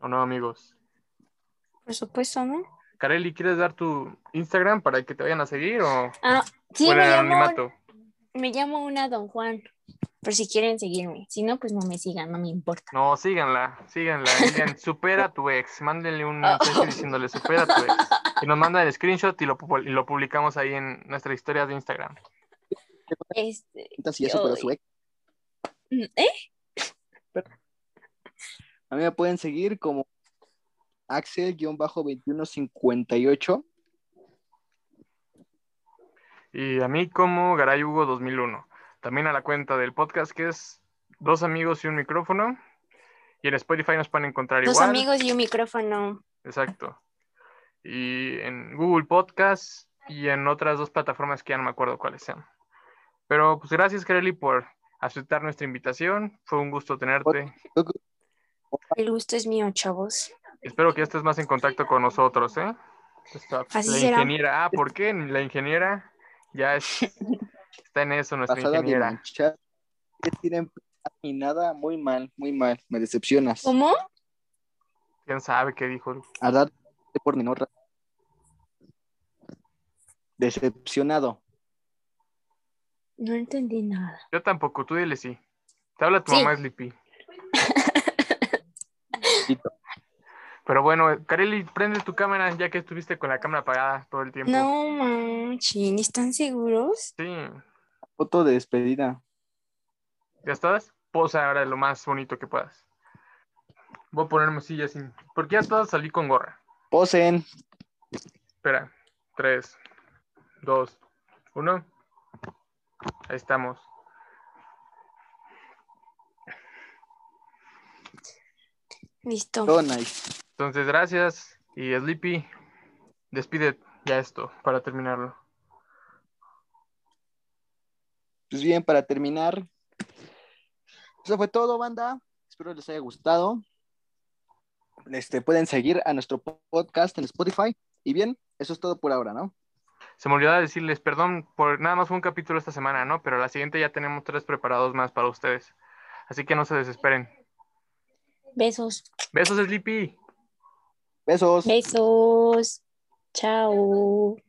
S2: ¿O no, amigos?
S1: Por supuesto, ¿no?
S2: Kareli, ¿quieres dar tu Instagram para que te vayan a seguir o
S1: Sí,
S2: o en
S1: me
S2: el
S1: llamo,
S2: anonimato?
S1: me llamo una Don Juan. Por si quieren seguirme. Si no, pues no me sigan, no me importa.
S2: No, síganla, síganla. Digan, supera a tu ex. Mándenle un
S1: Ah.
S2: mensaje diciéndole, supera a tu ex. Y nos mandan el screenshot y lo, pu- y lo publicamos ahí en nuestras historias de Instagram.
S1: Este,
S3: Si ya superó su ex.
S1: ¿eh?
S3: A mí me pueden seguir como Axel-2158.
S2: Y a mí como Garay Hugo 2001. También a la cuenta del podcast que es Dos Amigos y un Micrófono. Y en Spotify nos pueden encontrar
S1: Dos
S2: igual.
S1: amigos y un micrófono.
S2: Exacto. Y en Google Podcast y en otras dos plataformas que ya no me acuerdo cuáles sean. Pero pues gracias, Kareli, por aceptar nuestra invitación. Fue un gusto tenerte.
S1: El gusto es mío, chavos.
S2: Espero que estés más en contacto con nosotros, ¿eh? Esta-
S1: Así
S2: la
S1: será.
S2: ingeniera, ah, ¿por qué? La ingeniera ya es- está en eso, nuestra
S3: Pasada de
S2: ingeniera.
S3: manchar. Es ir en- y nada, muy mal, muy mal. Me decepcionas.
S1: ¿Cómo?
S2: ¿Quién sabe qué dijo?
S3: A dar por menor. ra- Decepcionado.
S1: No entendí nada.
S2: Yo tampoco, tú dile sí. Te habla tu
S1: Sí.
S2: mamá, Sleepy. Pero bueno, Kareli, prende tu cámara ya que estuviste con la cámara apagada todo el tiempo.
S1: No manchen, ¿están seguros?
S2: Sí,
S3: Foto de despedida.
S2: ya estás. Posa ahora lo más bonito que puedas. Voy a ponerme silla sin. Porque ya todas salí con gorra.
S3: Posen.
S2: Espera. 3, 2, 1. Ahí estamos.
S1: Listo.
S3: Todo nice.
S2: Entonces, gracias. Y Sleepy, despide ya esto para terminarlo.
S3: Pues bien, para terminar. Eso fue todo, banda. Espero les haya gustado. Este, pueden seguir a nuestro po- podcast en Spotify. Y bien, eso es todo por ahora, ¿no?
S2: Se me olvidaba decirles, perdón, por nada más fue un capítulo esta semana, ¿no? Pero la siguiente ya tenemos tres preparados más para ustedes. Así que no se desesperen.
S1: Besos.
S2: Besos, Sleepy.
S3: Besos.
S1: Besos. Chao.